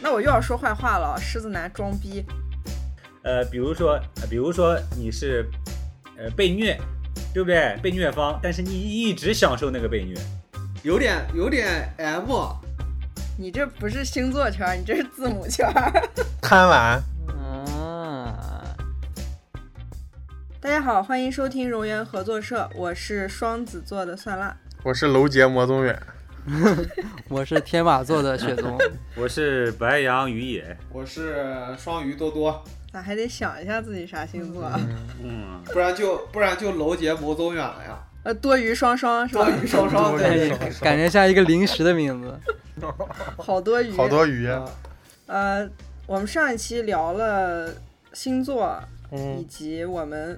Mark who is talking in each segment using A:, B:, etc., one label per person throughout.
A: 那我又要说坏话了，狮子男装逼。
B: 呃，比如说，呃比如说你是呃被虐，对不对？被虐方，但是你一直享受那个被虐。
C: 有点有点 M，
A: 你这不是星座圈儿，你这是字母圈儿。
D: 贪玩，
E: 啊，
A: 大家好，欢迎收听荣源合作社，我是双子座的蒜辣。
D: 我是楼杰魔宗远，
E: 我是天马座的雪宗，
B: 我是白羊鱼野，
C: 我是双鱼多多，
A: 咋还得想一下自己啥星座？啊
B: 嗯，
C: 不然就不然就楼杰魔宗远了呀。
A: 呃，多鱼双双是吧
C: 双？鱼双双对，
D: 双双
E: 感觉像一个零食的名字。
A: 好多鱼。
D: 好。多鱼，
C: 啊
A: 呃，我们上一期聊了星座，以
D: 嗯，
A: 及我们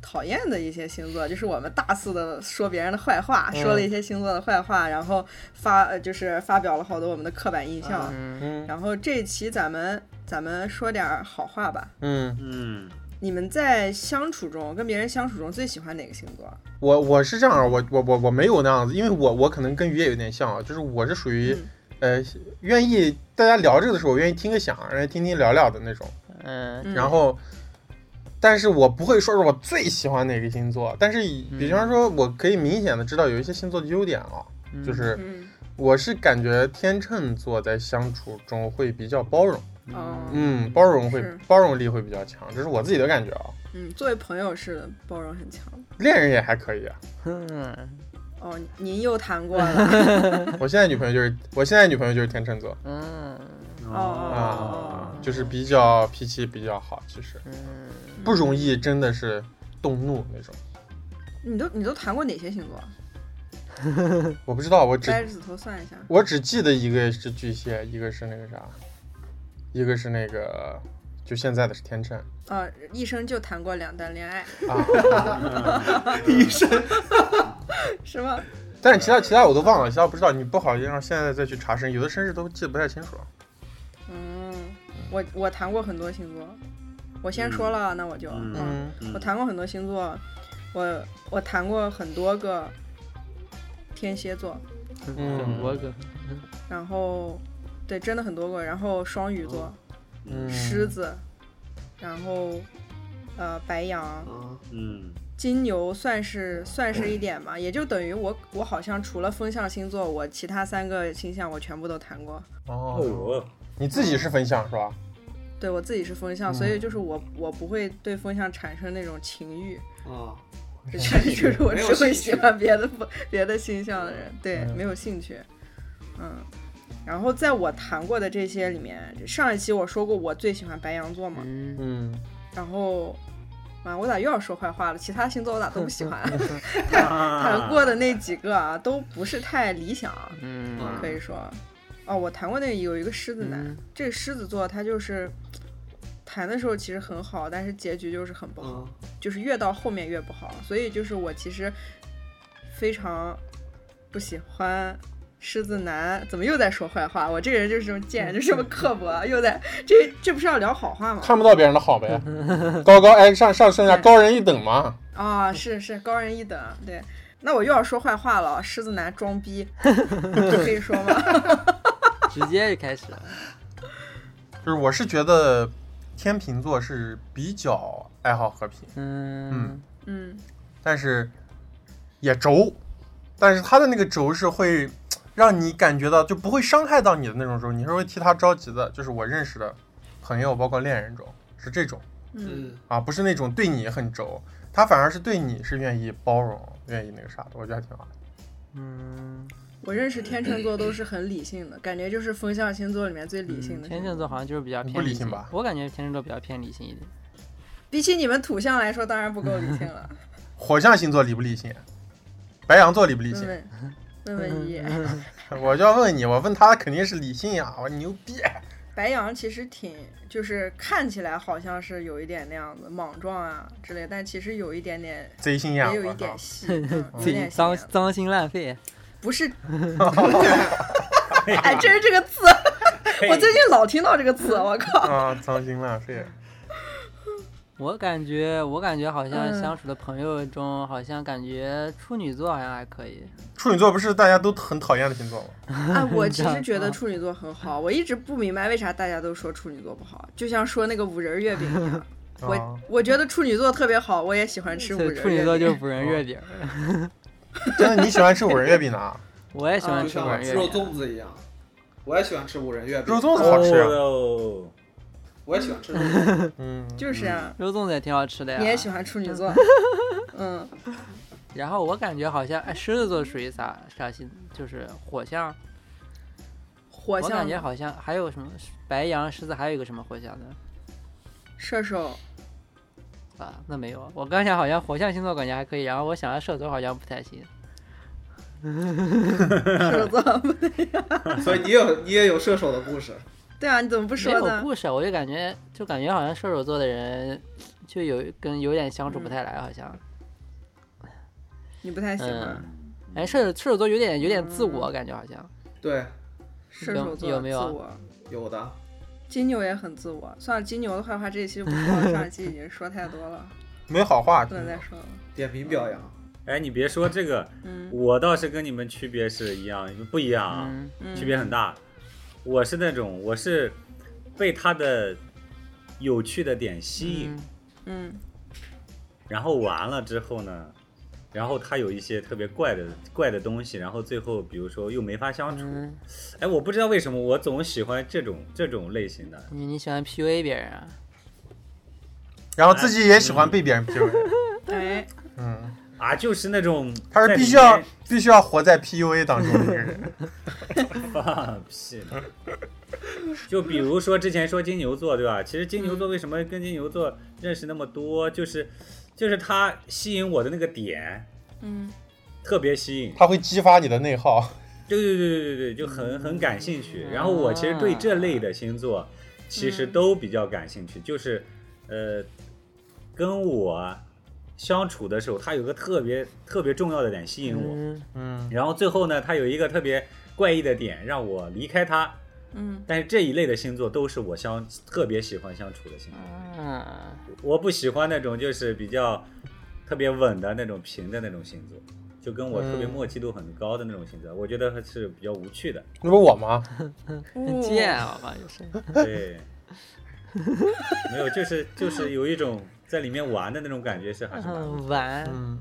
A: 讨厌的一些星座，就是我们大肆的说别人的坏话，
D: 嗯
A: 说了一些星座的坏话，然后发呃就是发表了好多我们的刻板印象。
E: 嗯，
D: 嗯
A: 然后这一期咱们咱们说点儿好话吧。
D: 嗯，
B: 嗯，
A: 你们在相处中跟别人相处中最喜欢哪个星座？
D: 我我是这样，我我我我没有那样子，因为我我可能跟于也有点像，啊，就是我是属于、呃愿意大家聊这个的时候，我愿意听个响，然后听听聊聊的那种，
E: 嗯，
A: 嗯
D: 然后。但是我不会说是我最喜欢哪个星座，但是以比方说，我可以明显的知道有一些星座的优点啊，
E: 嗯
D: 就是
A: 嗯，
D: 我是感觉天秤座在相处中会比较包容，
A: 哦，
D: 嗯，包容会
A: 是
D: 包容力会比较强，这是我自己的感觉啊。
A: 嗯，作为朋友是包容很强。
D: 恋人也还可以啊，
E: 嗯
A: 哦，您又谈过了？
D: 我现在女朋友就是我现在女朋友就是天秤座，
E: 嗯
A: 哦哦
D: 啊就是比较脾气比较好，其实
E: 嗯，
D: 不容易真的是动怒那种。
A: 你都你都谈过哪些星座？
D: 我不知道，我只
A: 掰着指头算一下。
D: 我只记得一个是巨蟹，一个是那个啥，一个是那个就现在的是天秤
A: 啊，一生就谈过两段恋爱，
D: 啊，
C: 医生
A: 是吗？
D: 但是其他其他我都忘了，其他我不知道，你不好让现在再去查生日，有的生日都记得不太清楚。
A: 嗯，我我谈过很多星座，我先说了啊，那我就，
B: 嗯
D: 嗯
B: 嗯
A: 我谈过很多星座，我我谈过很多个天蝎座，
D: 嗯
E: 我可
A: 然后对，真的很多个，然后双鱼座、
B: 哦
D: 嗯，
A: 狮子，然后呃白羊、
C: 啊，
B: 嗯
A: 金牛算是算是一点吧，也就等于我我好像除了风象星座，我其他三个星象我全部都谈过。
D: 哦，
B: 哦，
D: 你自己是分享是吧？
A: 对我自己是风象，所以就是我我不会对风象产生那种情欲，
C: 啊，
A: 就是就是我
C: 没有
A: 是会
C: 兴
A: 喜
C: 趣
A: 欢别的不别的星象的人，对，
D: 嗯
A: 没有兴趣，嗯。然后在我谈过的这些里面，上一期我说过我最喜欢白羊座嘛，
E: 嗯
D: 嗯，
A: 然后。啊，我咋又要说坏话了？其他星座我咋都不喜欢， 谈
B: 谈
A: 过的那几个啊，都不是太理想。
E: 嗯
A: 可以说，哦，我谈过那个有一个狮子男，
E: 嗯
A: 这个狮子座他就是谈的时候其实很好，但是结局就是很不好，
C: 嗯
A: 就是越到后面越不好，所以就是我其实非常不喜欢。狮子男怎么又在说坏话？我这个人就是这么贱，就是这么刻薄，啊又在这这不是要聊好话吗？
D: 看不到别人的好呗，高高哎上上上下高人一等嘛。
A: 啊、是是高人一等，对。那我又要说坏话了，狮子男装逼，可以说吗？
E: 直接就开始了。
D: 就是我是觉得天秤座是比较爱好和平，
E: 嗯
A: 嗯
D: 但是也轴，但是他的那个轴是会让你感觉到就不会伤害到你的那种轴，你是会替他着急的。就是我认识的朋友，包括恋人中是这种
A: 嗯
C: 嗯，
D: 啊，不是那种对你很轴，他反而是对你是愿意包容、愿意那个啥的，我觉得还挺好的。
E: 嗯，
A: 我认识天秤座都是很理性的，感觉就是风象星座里面最理性的。
E: 嗯天秤座好像就是比较
D: 你
E: 偏
D: 不理性
E: 性
D: 吧
E: 我感觉天秤座比较偏理性一点。
A: 比起你们土象来说，当然不够理性 了。
D: 火象星座理不理性？白羊座理不理
A: 问
D: 性？
A: 问问
E: 嗯
A: 问一，
D: 我就要问你，我问他肯定是理性呀、我牛逼。
A: 白羊其实挺就是看起来好像是有一点那样子莽撞啊之类，但其实有一点点，
D: 贼心眼
A: 也有
D: 子
A: 一点细，嗯有
E: 自己
A: 点
E: 脏
A: 细
E: 脏心烂肺，
A: 不 是。哎，真是这个词， 我最近老听到这个词，我靠。
D: 啊啊，脏心烂肺。
E: 我感觉，我感觉好像
A: 嗯
E: 相处的朋友中，好像感觉处女座好像还可以。
D: 处女座不是大家都很讨厌的星座吗？
A: 哎，我其实觉
E: 啊
A: 得处女座很好，我一直不明白为啥大家都说处女座不好，就像说那个五仁月饼一样。我
D: 啊，
A: 我觉得处女座特别好，我也喜欢吃五
E: 对，
A: 仁
E: 处女座
A: 月饼。
E: 哦就是五仁月饼儿，
D: 真的你喜欢吃五仁月饼的啊？
E: 我也喜欢
C: 就
E: 吃
C: 像
E: 五
C: 我
E: 仁
C: 吃
E: 月
C: 肉
E: 饼儿。
C: 粽子一样。我也喜欢吃五仁月饼，
D: 肉粽子好吃啊呀、
B: 哦
C: 我也喜欢吃肉粽子。
D: 嗯，
A: 就是啊，
E: 肉粽子也挺好吃的呀。
A: 你也喜欢处女座，嗯，
E: 然后我感觉好像，哎，狮子座属于啥啥星？就是火象。
A: 火
E: 我感
A: 象
E: 觉好像还有什么白羊、狮子，还有一个什么火象的
A: 射 手，
E: 啊？那没有。我刚想好像火象星座感觉还可以，然后我想了射手好像不太行。
A: 射手座，
C: 所以你有你也有射手的故事，
A: 对啊，你怎么不
E: 没
A: 说
E: 有
A: 呢？
E: 故事，我就感觉就感觉好像射手座的人就有跟有点相处不太来，好像。
A: 你不太喜欢
E: 嗯。哎，射手射手座有点有点自我
A: 嗯
E: 感觉，好像
C: 对，
A: 射手座
E: 有没有啊
A: 自我，
C: 有的。
A: 金牛也很自我。算了，金牛的坏话这一期就不说了，上一期已经说太多了，
D: 没好话。
A: 不能再说了。
C: 点评表扬，
B: 哎，你别说这个，
A: 嗯
B: 我倒是跟你们区别是一样，你们不一样啊，
E: 嗯
A: 嗯，
B: 区别很大。我是那种，我是被他的有趣的点吸引，
E: 嗯
A: 嗯
B: 然后完了之后呢，然后他有一些特别怪的怪的东西，然后最后比如说又没法相处。
E: 嗯，
B: 哎，我不知道为什么我总喜欢这种这种类型的。
E: 你你喜欢 PUA 别人啊？
D: 然后自己也
B: 嗯
D: 喜欢被别 人 PUA，
A: 哎，
D: 嗯，
B: 啊，就是那种
D: 他是
B: 在
D: 必
B: 里
D: 须要
B: 面
D: 必须要活在 PUA 当中的一 个人。
B: 放屁呢。就比如说之前说金牛座，对吧？其实金牛
D: 嗯
B: 座为什么跟金牛座认识那么多，就是就是他吸引我的那个点
A: 嗯
B: 特别吸引，
D: 他会激发你的内耗，
B: 对对对对对对，就
D: 嗯
B: 很很感兴趣。然后我其实对这类的星座其实
D: 嗯
B: 都比较感兴趣，就是呃，跟我相处的时候，他有个特别特别重要的点吸引我，
E: 嗯
D: 嗯，
B: 然后最后呢，他有一个特别怪异的点让我离开他。
A: 嗯
B: 但是这一类的星座都是我相特别喜欢相处的星座，
E: 啊，
D: 嗯
B: 我不喜欢那种就是比较特别稳的那种平的那种星座，就跟我特别
D: 嗯
B: 默契度很高的那种星座，我觉得还是比较无趣的。
D: 那不我吗？
E: 很
A: 哦嗯
E: 贱，好吧，就是。
B: 对，没有，就是就是有一种在里面玩的那种感觉是还是蛮啊、
E: 嗯，玩，
D: 嗯，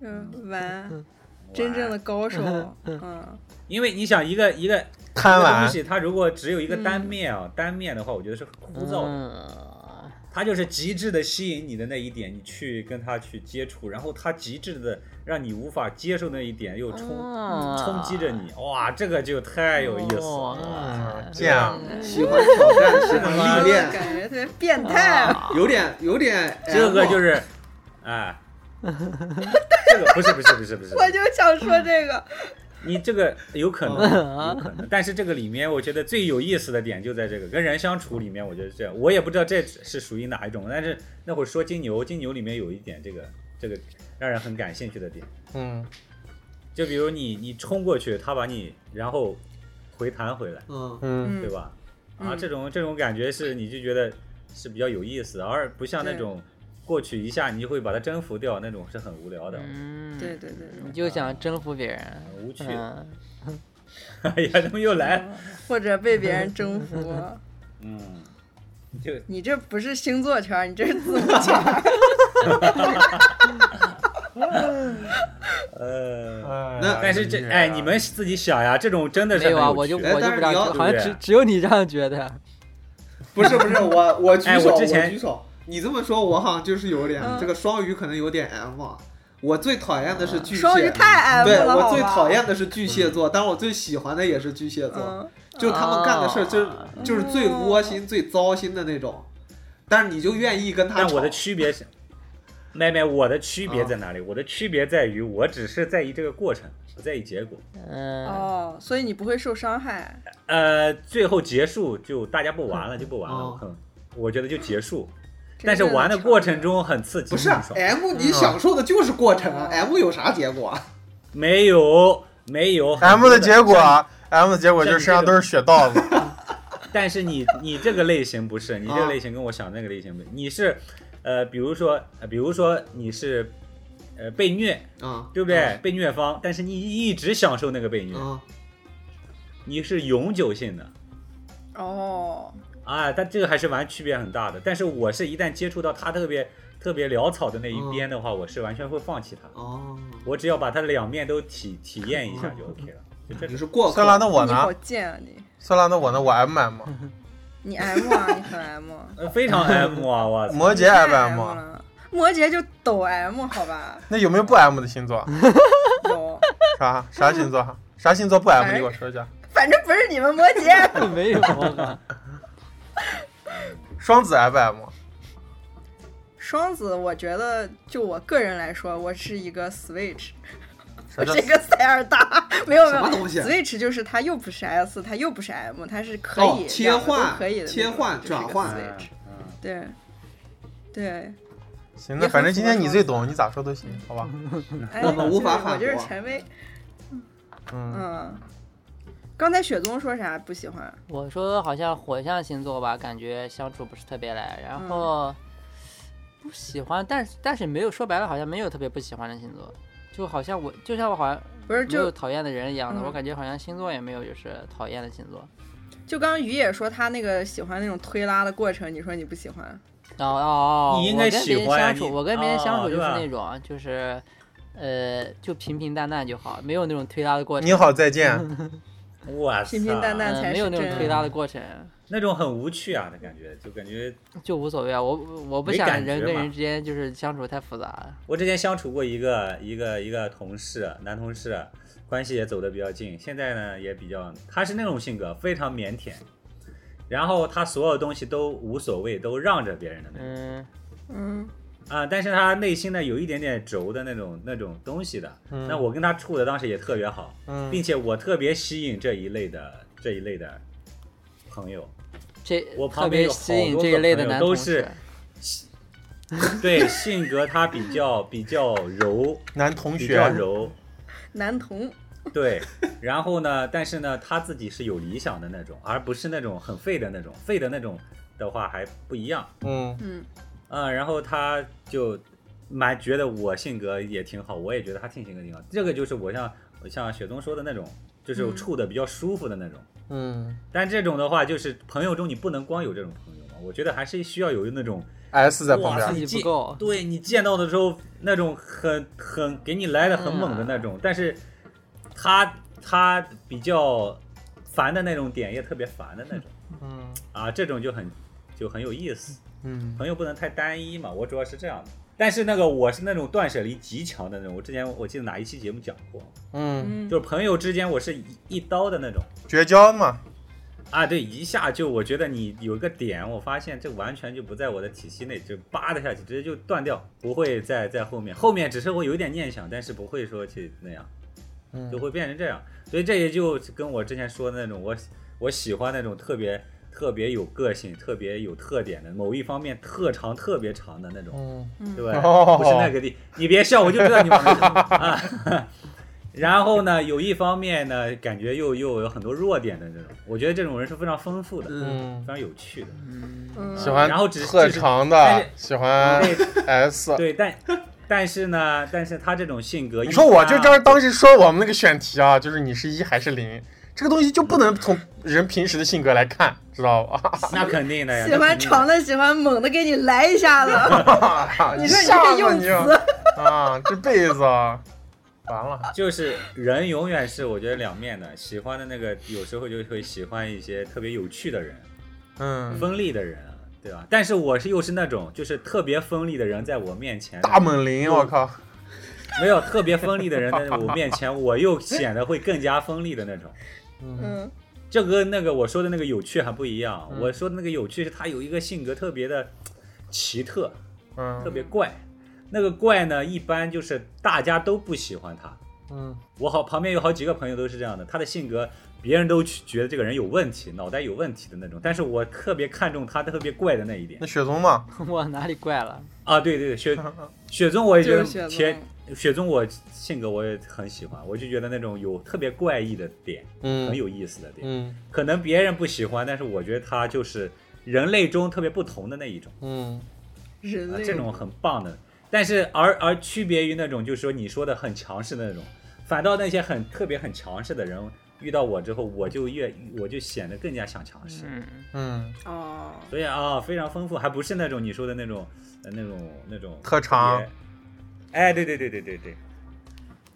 A: 嗯， 玩，真正的，高手，嗯，
B: 因为你想一个一个
D: 贪
B: 一个东
D: 婪，
B: 西，它如果只有一个单面啊，单面的话，我觉得是很枯燥的。
E: 嗯，
B: 它就是极致的吸引你的那一点，你去跟它去接触，然后它极致的让你无法接受那一点，又冲、
E: 啊
B: 冲击着你，哇，这个就太有意思了。
D: 嗯，这样，
C: 喜欢挑战，喜欢历
A: 这种
C: 练，
A: 感觉特别变态。啊
C: 有点有点 M，
B: 这个就是，哎，这个不是不是不是不是，
A: 我就想说这 个，
B: 你这个有可能，有可能，但是这个里面我觉得最有意思的点就在这个跟人相处里面，我觉得是这样，我也不知道这是属于哪一种，但是那会儿说金牛，金牛里面有一点这个这个让人很感兴趣的点，
D: 嗯，
B: 就比如你你冲过去，他把你然后回弹回来，
C: 嗯，
D: 嗯，
B: 对
A: 嗯
B: 吧？啊，
A: 嗯
B: 这种这种感觉是你就觉得是比较有意思的，而不像那
A: 对
B: 种过去一下你就会把它征服掉那种是很无聊的，
E: 嗯，
A: 对，对对对，
E: 你就想征服别人，
B: 很无趣。
E: 嗯，
B: 哎呀，怎么又来了？
A: 或者被别人征 服，
B: 嗯， 就
A: 你这不是星座圈儿，你这是自我圈儿。嗯
B: 呃，
D: 那
C: 那
B: 但是这哎，
D: 啊
B: 你们自己想呀，这种真的是
E: 没有啊，
B: 很
E: 我就
B: 趣
C: 哎
E: 我就
C: 但是
E: 不
C: 你
E: 这样
C: 要
E: 觉得，好像
B: 对
E: 只只有你这样觉得，
C: 不是不是，我我举
B: 哎我
C: 手，
B: 之前
C: 举手，你这么说，我好像就是有点
A: 嗯
C: 这个双鱼可能有点 M，啊我最讨厌的
B: 嗯
C: 是巨蟹，
A: 双鱼太 M
C: 对
A: 了，好吧
C: 我最讨。厌的是巨蟹座，但我最喜欢的也是巨蟹座，
A: 嗯，哦
C: 就是他们干的事儿，就是
E: 啊
C: 就是最窝心、最糟心的那种，但是你就愿意跟他
B: 但
C: 吵
B: 我的区别是，妹妹，我的区别在哪里？我的区别在于，我只是在意这个过程，不在意结果。
E: 嗯，
A: 哦，所以你不会受伤害。
B: 呃，最后结束就大家不玩了，就不玩了
C: 哦。
B: 哼，我觉得就结束。
A: 真
B: 但是
A: 正
B: 玩的
A: 成
B: 过程中很刺激，
C: 不是啊哎
B: 很爽
C: M，你享受的就是过程啊，M
A: 嗯
C: 有啥结果啊？
B: 没有没有
D: M 的结果啊
B: 像
D: ，M 的结果就是身上都是血道子，
B: 你但是你你这个类型不是，你这个
C: 啊
B: 类型跟我想那个类型不，你是，呃，比如说，呃比如说你是，呃，被虐，
C: 啊，
B: 对不对？被虐方，但是你一直享受那个被虐，
C: 啊，
B: 你是永久性的
A: 哦，
B: 啊，但这个还是完区别很大的。但是我是一旦接触到他特别特别潦草的那一边的话，我是完全会放弃他，
C: 哦，
B: 我只要把他两面都体体验一下就 OK 了，就这
C: 你
B: 种。
C: 是过
D: 算了，
C: 客，
D: 那我
A: 你
D: 呢
A: 好？贱啊你！
D: 算了，那我呢？我 M M，
A: 你 M 啊，你很 M 啊。
B: 呃，非常 M 啊，我操！
D: 摩羯
A: 太
D: M 啊
A: M
D: M，
A: 了，摩羯就抖 M 好吧？
D: 那有没有不 M 的星座？
A: 有，
D: 啥啥星座？啥星座不 M？
A: 哎
D: 你给我说一下。
A: 反正不是你们摩羯。
E: 没有啊，
D: 双子 M M，
A: 双子，我觉得就我个人来说，我是一个 Switch，
D: 啥
A: 我
D: 叫
A: 是一个塞尔达，没有没
C: 什
A: 有
C: 么东西啊
A: Switch 就是它又不是 S，它又不是 M，它是可
C: 哦
A: 以、
C: 切
A: 两个都
C: 换
A: 可以的那种
C: 切换
A: 就是一个
C: 转换啊
A: Switch，
B: 嗯
A: 对对，
D: 行，那反正今天你最懂，你咋说都行，好吧？
A: 哎，
C: 我无
A: 就是我
C: 法反驳
A: 就是陈薇，
D: 嗯，
A: 嗯。刚才雪宗说啥不喜欢？
E: 我说好像火象星座吧，感觉相处不是特别来，然后不喜欢，但是但是没有说白了，好像没有特别不喜欢的星座，就好像我就像我好像
A: 不是
E: 没有
A: 就
E: 讨厌的人一样的，
A: 嗯
E: 我感觉好像星座也没有就是讨厌的星座。
A: 就刚刚于也说他那个喜欢那种推拉的过程，你说你不喜欢？
E: 哦哦哦，
B: 你应该
E: 我跟别人
B: 喜欢呀
E: 相处，
B: 你
E: 我跟别人相
B: 哦
E: 处
B: 对
E: 就是
B: 吧
E: 那种、就是。呃，就平平淡淡就好，没有那种推拉的过程。
D: 你好，再见。
B: 我操，
A: 平平淡淡
E: 嗯
A: 才
E: 没
A: 是
E: 有那种
A: 真
E: 推拉的过程，
B: 那种很无趣啊的感觉，就感觉
E: 就无所谓啊。我我不
B: 没
E: 想
B: 感
E: 人
B: 觉
E: 跟
B: 嘛
E: 人之间就是相处太复杂了。
B: 我之前相处过一个一个一个同事，男同事，关系也走得比较近。现在呢，也比较，他是那种性格，非常腼腆，然后他所有东西都无所谓，都让着别人的那种
E: 嗯，
A: 嗯，
B: 啊、但是他内心呢，有一点点轴的那种那种东西的。
D: 嗯
B: 那我跟他处的当时也特别好，
D: 嗯
B: 并且我特别吸引这一类的这一类的朋友，
E: 这
B: 我
E: 特
B: 旁
E: 别
B: 边有
E: 吸
B: 好
E: 引
B: 多
E: 这一
B: 个
E: 类的
B: 朋友
E: 男
B: 都
E: 同
B: 是
E: 事。
B: 对，性格他比较比较柔，
D: 男同
B: 比
D: 学，
B: 较柔。
A: 男童，
B: 对，然后呢，但是呢，他自己是有理想的那种，而不是那种很废的那种，废的那种的话还不一样。
D: 嗯，
A: 嗯，
B: 嗯，然后他就蛮觉得我性格也挺好，我也觉得他挺性格挺好。这个就是我像我像雪冬说的那种，就是
A: 嗯
B: 处的比较舒服的那种。
D: 嗯
B: 但这种的话，就是朋友中你不能光有这种朋友嘛，我觉得还是需要有那种
D: ，S 在旁
B: 哇
D: 边
B: 塞
E: 自己
B: 见
E: 不
D: 哦
E: 够
B: 对你见到的时候那种很很给你来的很猛的那种，
D: 嗯
B: 但是他他比较烦的那种点也特别烦的那种
D: 嗯
B: 啊，这种就很就很有意思。
D: 嗯
B: 朋友不能太单一嘛，我主要是这样的。但是那个我是那种断舍离极强的那种，我之前我记得哪一期节目讲过，
D: 嗯，
A: 嗯，
B: 就是朋友之间我是一一刀的那种
D: 绝交嘛，
B: 啊，对，一下就我觉得你有一个点，我发现这完全就不在我的体系内，就扒的下去，直接就断掉，不会再在后面，后面只是会有一点念想，但是不会说去那样，
D: 嗯
B: 就会变成这样。所以这也就跟我之前说的那种，我我喜欢那种特别特别有个性、特别有特点的某一方面特长特别长的那种。
D: 嗯
B: 对吧
D: 哦
B: 不是那个地，你别笑，我就知道你往那想 啊。然后呢，有一方面呢，感觉又又有很多弱点的这种，我觉得这种人是非常丰富的，
C: 嗯，
B: 非
D: 嗯，
B: 常有趣的。
A: 嗯
D: 喜欢
B: 然后只是哎
D: 特长的，喜欢
B: 对
D: S。
B: 对，但但是呢，但是他这种性格一般啊，
D: 你说我就这当时说我们那个选题啊，就是你是一还是零，这个东西就不能从人平时的性格来看，知道 吧？
B: 那肯定的呀，
A: 嗯喜欢长
B: 长
A: 的，喜欢猛的，给你来一下子。你说你这
D: 吓
A: 个
D: 死
A: 用
D: 你
A: 词，
D: 啊，这辈子啊完了，
B: 就是人永远是我觉得两面的，喜欢的那个有时候就会喜欢一些特别有趣的人，
D: 嗯，
B: 锋利的人，啊对吧？但是我是又是那种就是特别锋利的人，在我面前
D: 大猛零，我靠，
B: 没有特别锋利的人在我面前，我又显得会更加锋利的那种。
D: 嗯
A: 嗯
B: 这跟那个我说的那个有趣还不一样，
D: 嗯
B: 我说的那个有趣是他有一个性格特别的奇特，特
D: 嗯
B: 别怪。那个怪呢，一般就是大家都不喜欢他。
D: 嗯
B: 我好旁边有好几个朋友都是这样的，他的性格别人都去觉得这个人有问题，脑袋有问题的那种，但是我特别看重他特别怪的那一点
D: 那雪宗嘛，
E: 我哪里怪了？
B: 啊。对对对，雪雪宗我也觉
A: 就是雪
B: 得
A: 宗
B: 铁雪宗我性格我也很喜欢，我就觉得那种有特别怪异的点，很
D: 嗯
B: 有意思的点，
D: 嗯
B: 可能别人不喜欢，但是我觉得他就是人类中特别不同的那一种。
D: 嗯
A: 人
B: 啊
A: 类，
B: 这种很棒的。但是而而区别于那种就是说你说的很强势的那种，反倒那些很特别很强势的人遇到我之后，我就越我就显得更加想强势。
E: 嗯，
D: 嗯，
A: 哦，
B: 所以啊、非常丰富，还不是那种你说的那种呃那种那种
D: 特长
B: 特别。哎，对对对对对对，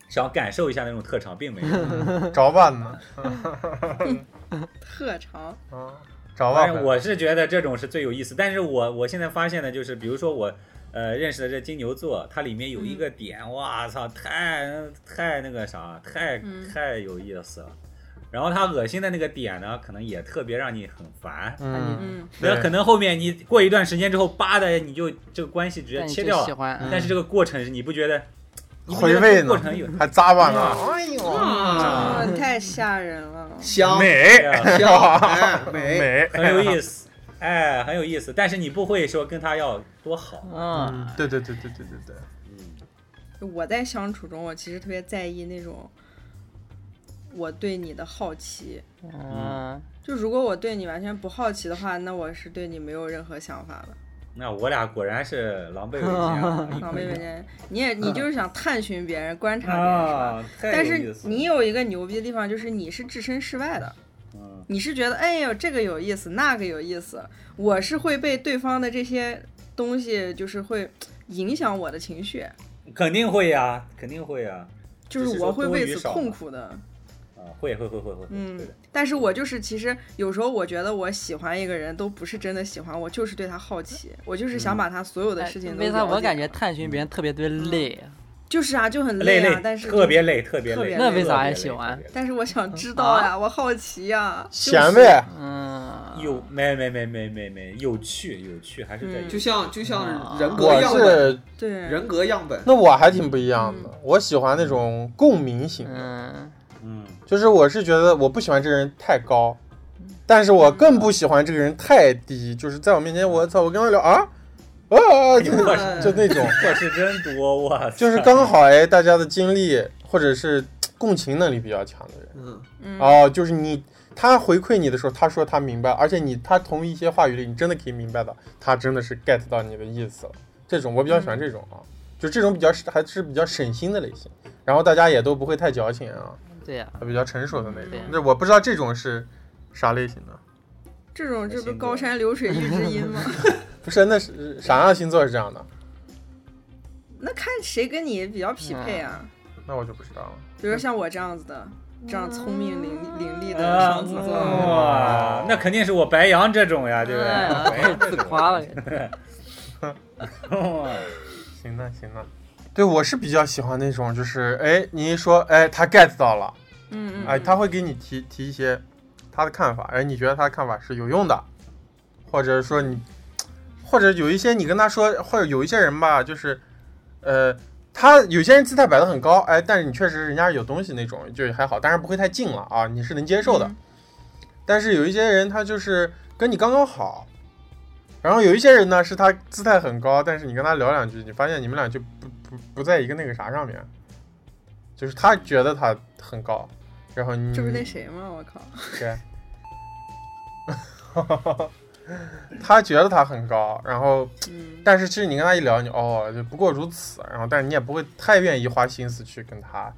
B: 想感受一下那种特长，并 没有。
D: 找吧呢，
A: 特长，
D: 嗯，找吧
B: 反
D: 回来。
B: 正我是觉得这种是最有意思，但是我我现在发现的就是，比如说我呃认识的这金牛座，它里面有一个点，哇操，太太那个啥，太
A: 嗯
B: 太有意思了。然后他恶心的那个点呢，可能也特别让你很烦。
D: 嗯，
A: 嗯，
B: 那
D: 对
B: 可能后面你过一段时间之后，叭的你就这个关系直接
E: 但你
B: 切
E: 就
B: 掉
E: 喜
B: 了。
E: 欢，
D: 嗯
B: 但是这个过程是你不觉得？嗯你不觉
D: 回
B: 得
D: 味
B: 这个过
D: 呢
B: 程有
D: 还咂巴呢，
B: 嗯
D: 哎呦，
C: 啊，
A: 啊，太吓人了，
C: 香
D: 美
B: 对啊
C: 香 哎美，
D: 美，
B: 很 有意思，哎，很有意思。但是你不会说跟他要多好，
E: 嗯
D: 嗯，，对对对对对对对，
B: 嗯，
A: 我在相处中，我其实特别在意那种我对你的好奇。
E: 嗯，
A: 就如果我对你完全不好奇的话，那我是对你没有任何想法的。
B: 那我俩果然是狼狈为奸 啊，一
A: 啊，
B: 块
A: 没
B: 儿
A: 没没，你也你就是想探寻别人、 观察别人，是吧？
B: 啊，太
A: 但
B: 有意
A: 是
B: 思了
A: 你有一个牛逼的地方，就是你是置身事外的，
B: 嗯
A: 你是觉得哎呦这个有意思，那个有意思，我是会被对方的这些东西就是会影响我的情绪，
B: 肯定会呀，肯定会呀，
A: 就
B: 就是是说
A: 我会
B: 多
A: 为
B: 与
A: 此
B: 少
A: 痛
B: 嘛
A: 苦的。
B: 啊，会会会会会，
A: 嗯
B: 对的，
A: 但是我就是，其实有时候我觉得我喜欢一个人都不是真的喜欢，我就是对他好奇，我就是
B: 嗯
A: 想把他所有的
E: 哎
A: 嗯事情都了
E: 为
A: 解。
E: 啥我感觉探寻别人特别的累？
A: 就是啊，就很
B: 累
A: 啊，
B: 累，
A: 但是
B: 特别，啊累，特别
A: 特别累
B: 累，
A: 那为
E: 啥
B: 特别
E: 还
B: 累
E: 喜欢？
B: 特别累
A: 但是我想知道呀，我好奇呀。
D: 闲呗，
E: 嗯，
B: 有没没没没没没有趣有趣还是在
A: 嗯
B: 有
C: 就
B: 趣
C: 像就
A: 啊
C: 像人格
D: 我
C: 样本，
D: 是
A: 对，
C: 人格样本，
D: 那我还挺不一样的，我喜欢那种共鸣型的，
E: 嗯，
B: 嗯
D: 就是我是觉得我不喜欢这个人太高，但是我更不喜欢这个人太低，就是在我面前我操，我跟他聊啊啊 啊，就
B: 我
A: 嗯
D: 就那种，
B: 我是真多我
D: 就是刚好哎，大家的经历或者是共情能力比较强的人。
C: 嗯，
A: 嗯，
B: 啊
D: 哦，就是你他回馈你的时候，他说他明白，而且你他从一些话语里，你真的可以明白到，他真的是 get 到你的意思了。这种我比较喜欢这种啊，就这种比较是还是比较省心的类型，然后大家也都不会太矫情啊，
E: 对呀，
D: 比较成熟的 那种
E: 对呀。
D: 那我不知道这种是啥类型的，
A: 这种这不
B: 性格
A: 高山流水遇知音吗？
D: 不是那是啥样的星座是这样的？
A: 那看谁跟你比较匹配啊？
D: 那我就不知道了。
A: 比如说像我这样子的，这样聪明伶俐伶俐的
B: 啊
A: 嗯双子座，
B: 哇，那肯定是我白羊这种呀， 对不对？白
E: 哎
B: 羊这
E: 自
B: 种
E: 夸了，
B: 哇
D: 行了行了，对我是比较喜欢那种，就是哎你一说哎他 get 到了。
A: 嗯嗯，
D: 哎，
A: 嗯
D: 他会给你提提一些他的看法，哎，你觉得他的看法是有用的，或者说你，或者有一些你跟他说，或者有一些人吧，就是，呃，他有些人姿态摆得很高，哎，但是你确实人家有东西那种，就还好，当然不会太近了啊，你是能接受的。
A: 嗯
D: 但是有一些人他就是跟你刚刚好，然后有一些人呢是他姿态很高，但是你跟他聊两句，你发现你们俩就不不不在一个那个啥上面，就是他觉得他很高，然后你
A: 这不是那谁吗？我靠，
D: 他觉得他很高，然后
A: 嗯
D: 但是其实你跟他一聊，你哦就不过如此，然后但是你也不会太愿意花心思去跟他，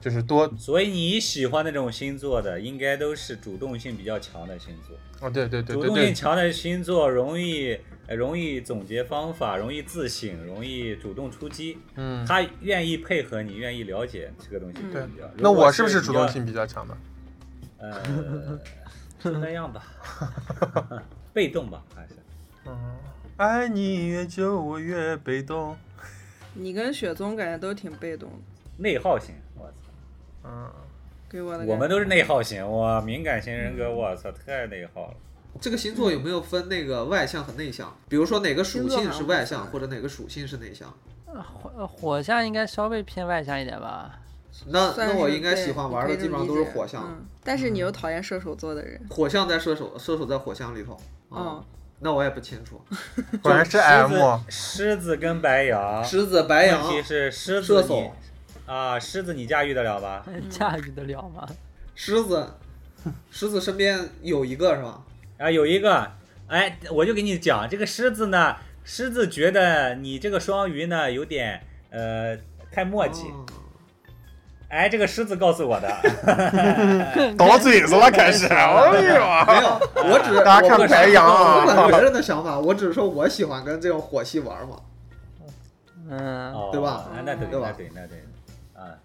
D: 就是多
B: 所以你喜欢那种星座的，应该都是主动性比较强的星座。
D: 哦对对对
B: 主
D: 对
B: 动性
D: 对，
B: 强的星座容易呃容易总结方法，容易自省，容易主动出击。
D: 嗯，
B: 他愿意配合你，愿意了解这个东西。
D: 对
B: 比较
D: 那我是不是
B: 比
D: 主
B: 较
D: 动？性比较强的？
B: 呃，就那样 吧，被动吧，还是
D: 嗯，爱你越久我越被动，
A: 你跟雪宗感觉都挺被动的，
B: 内耗型。我操，
D: 嗯，
A: 给我的感觉
B: 我们都是内耗型，我敏感型人格，我操，太内耗了。
C: 这个星座有没有分那个外向和内向？比如说哪个属性是外向，或者哪个属性是内向？
E: 火呃火象应该稍微偏外向一点吧？
C: 那
A: 算
C: 那
A: 是
C: 我应该
A: 对
C: 喜欢玩的基本上都是火象，
A: 嗯
C: 嗯
A: 你可以这么理解嗯但是你又讨厌射手座的人，
C: 火象在射手，射手在火象里头。啊
A: 嗯，
C: 那我也不清楚。
D: 果 然是 M，啊
B: 狮子跟白羊，
C: 狮子、白羊
B: 问、题是狮
C: 哎射
B: 子
C: 手
B: 你啊，狮子你驾驭得了吧？
A: 嗯
E: 驾驭得了吗？
C: 狮子，狮子身边有一个是吧？
B: 啊，有一个，哎，我就给你讲，这个狮子呢，狮子觉得你这个双鱼呢有点呃太墨迹，
C: 哦
B: 哎，这个狮子告诉我的，
D: 倒嘴子了，开始，哎
C: 没
D: 呦，
C: 有，我只
D: 大家
C: 我
D: 看白羊
C: 我不 管
D: 啊，
C: 别人的想法，我只是说我喜欢跟这种火系玩嘛。
E: 嗯，？
B: 哦
C: 对吧
B: 那对，
C: 对吧
B: 那对，那对，啊，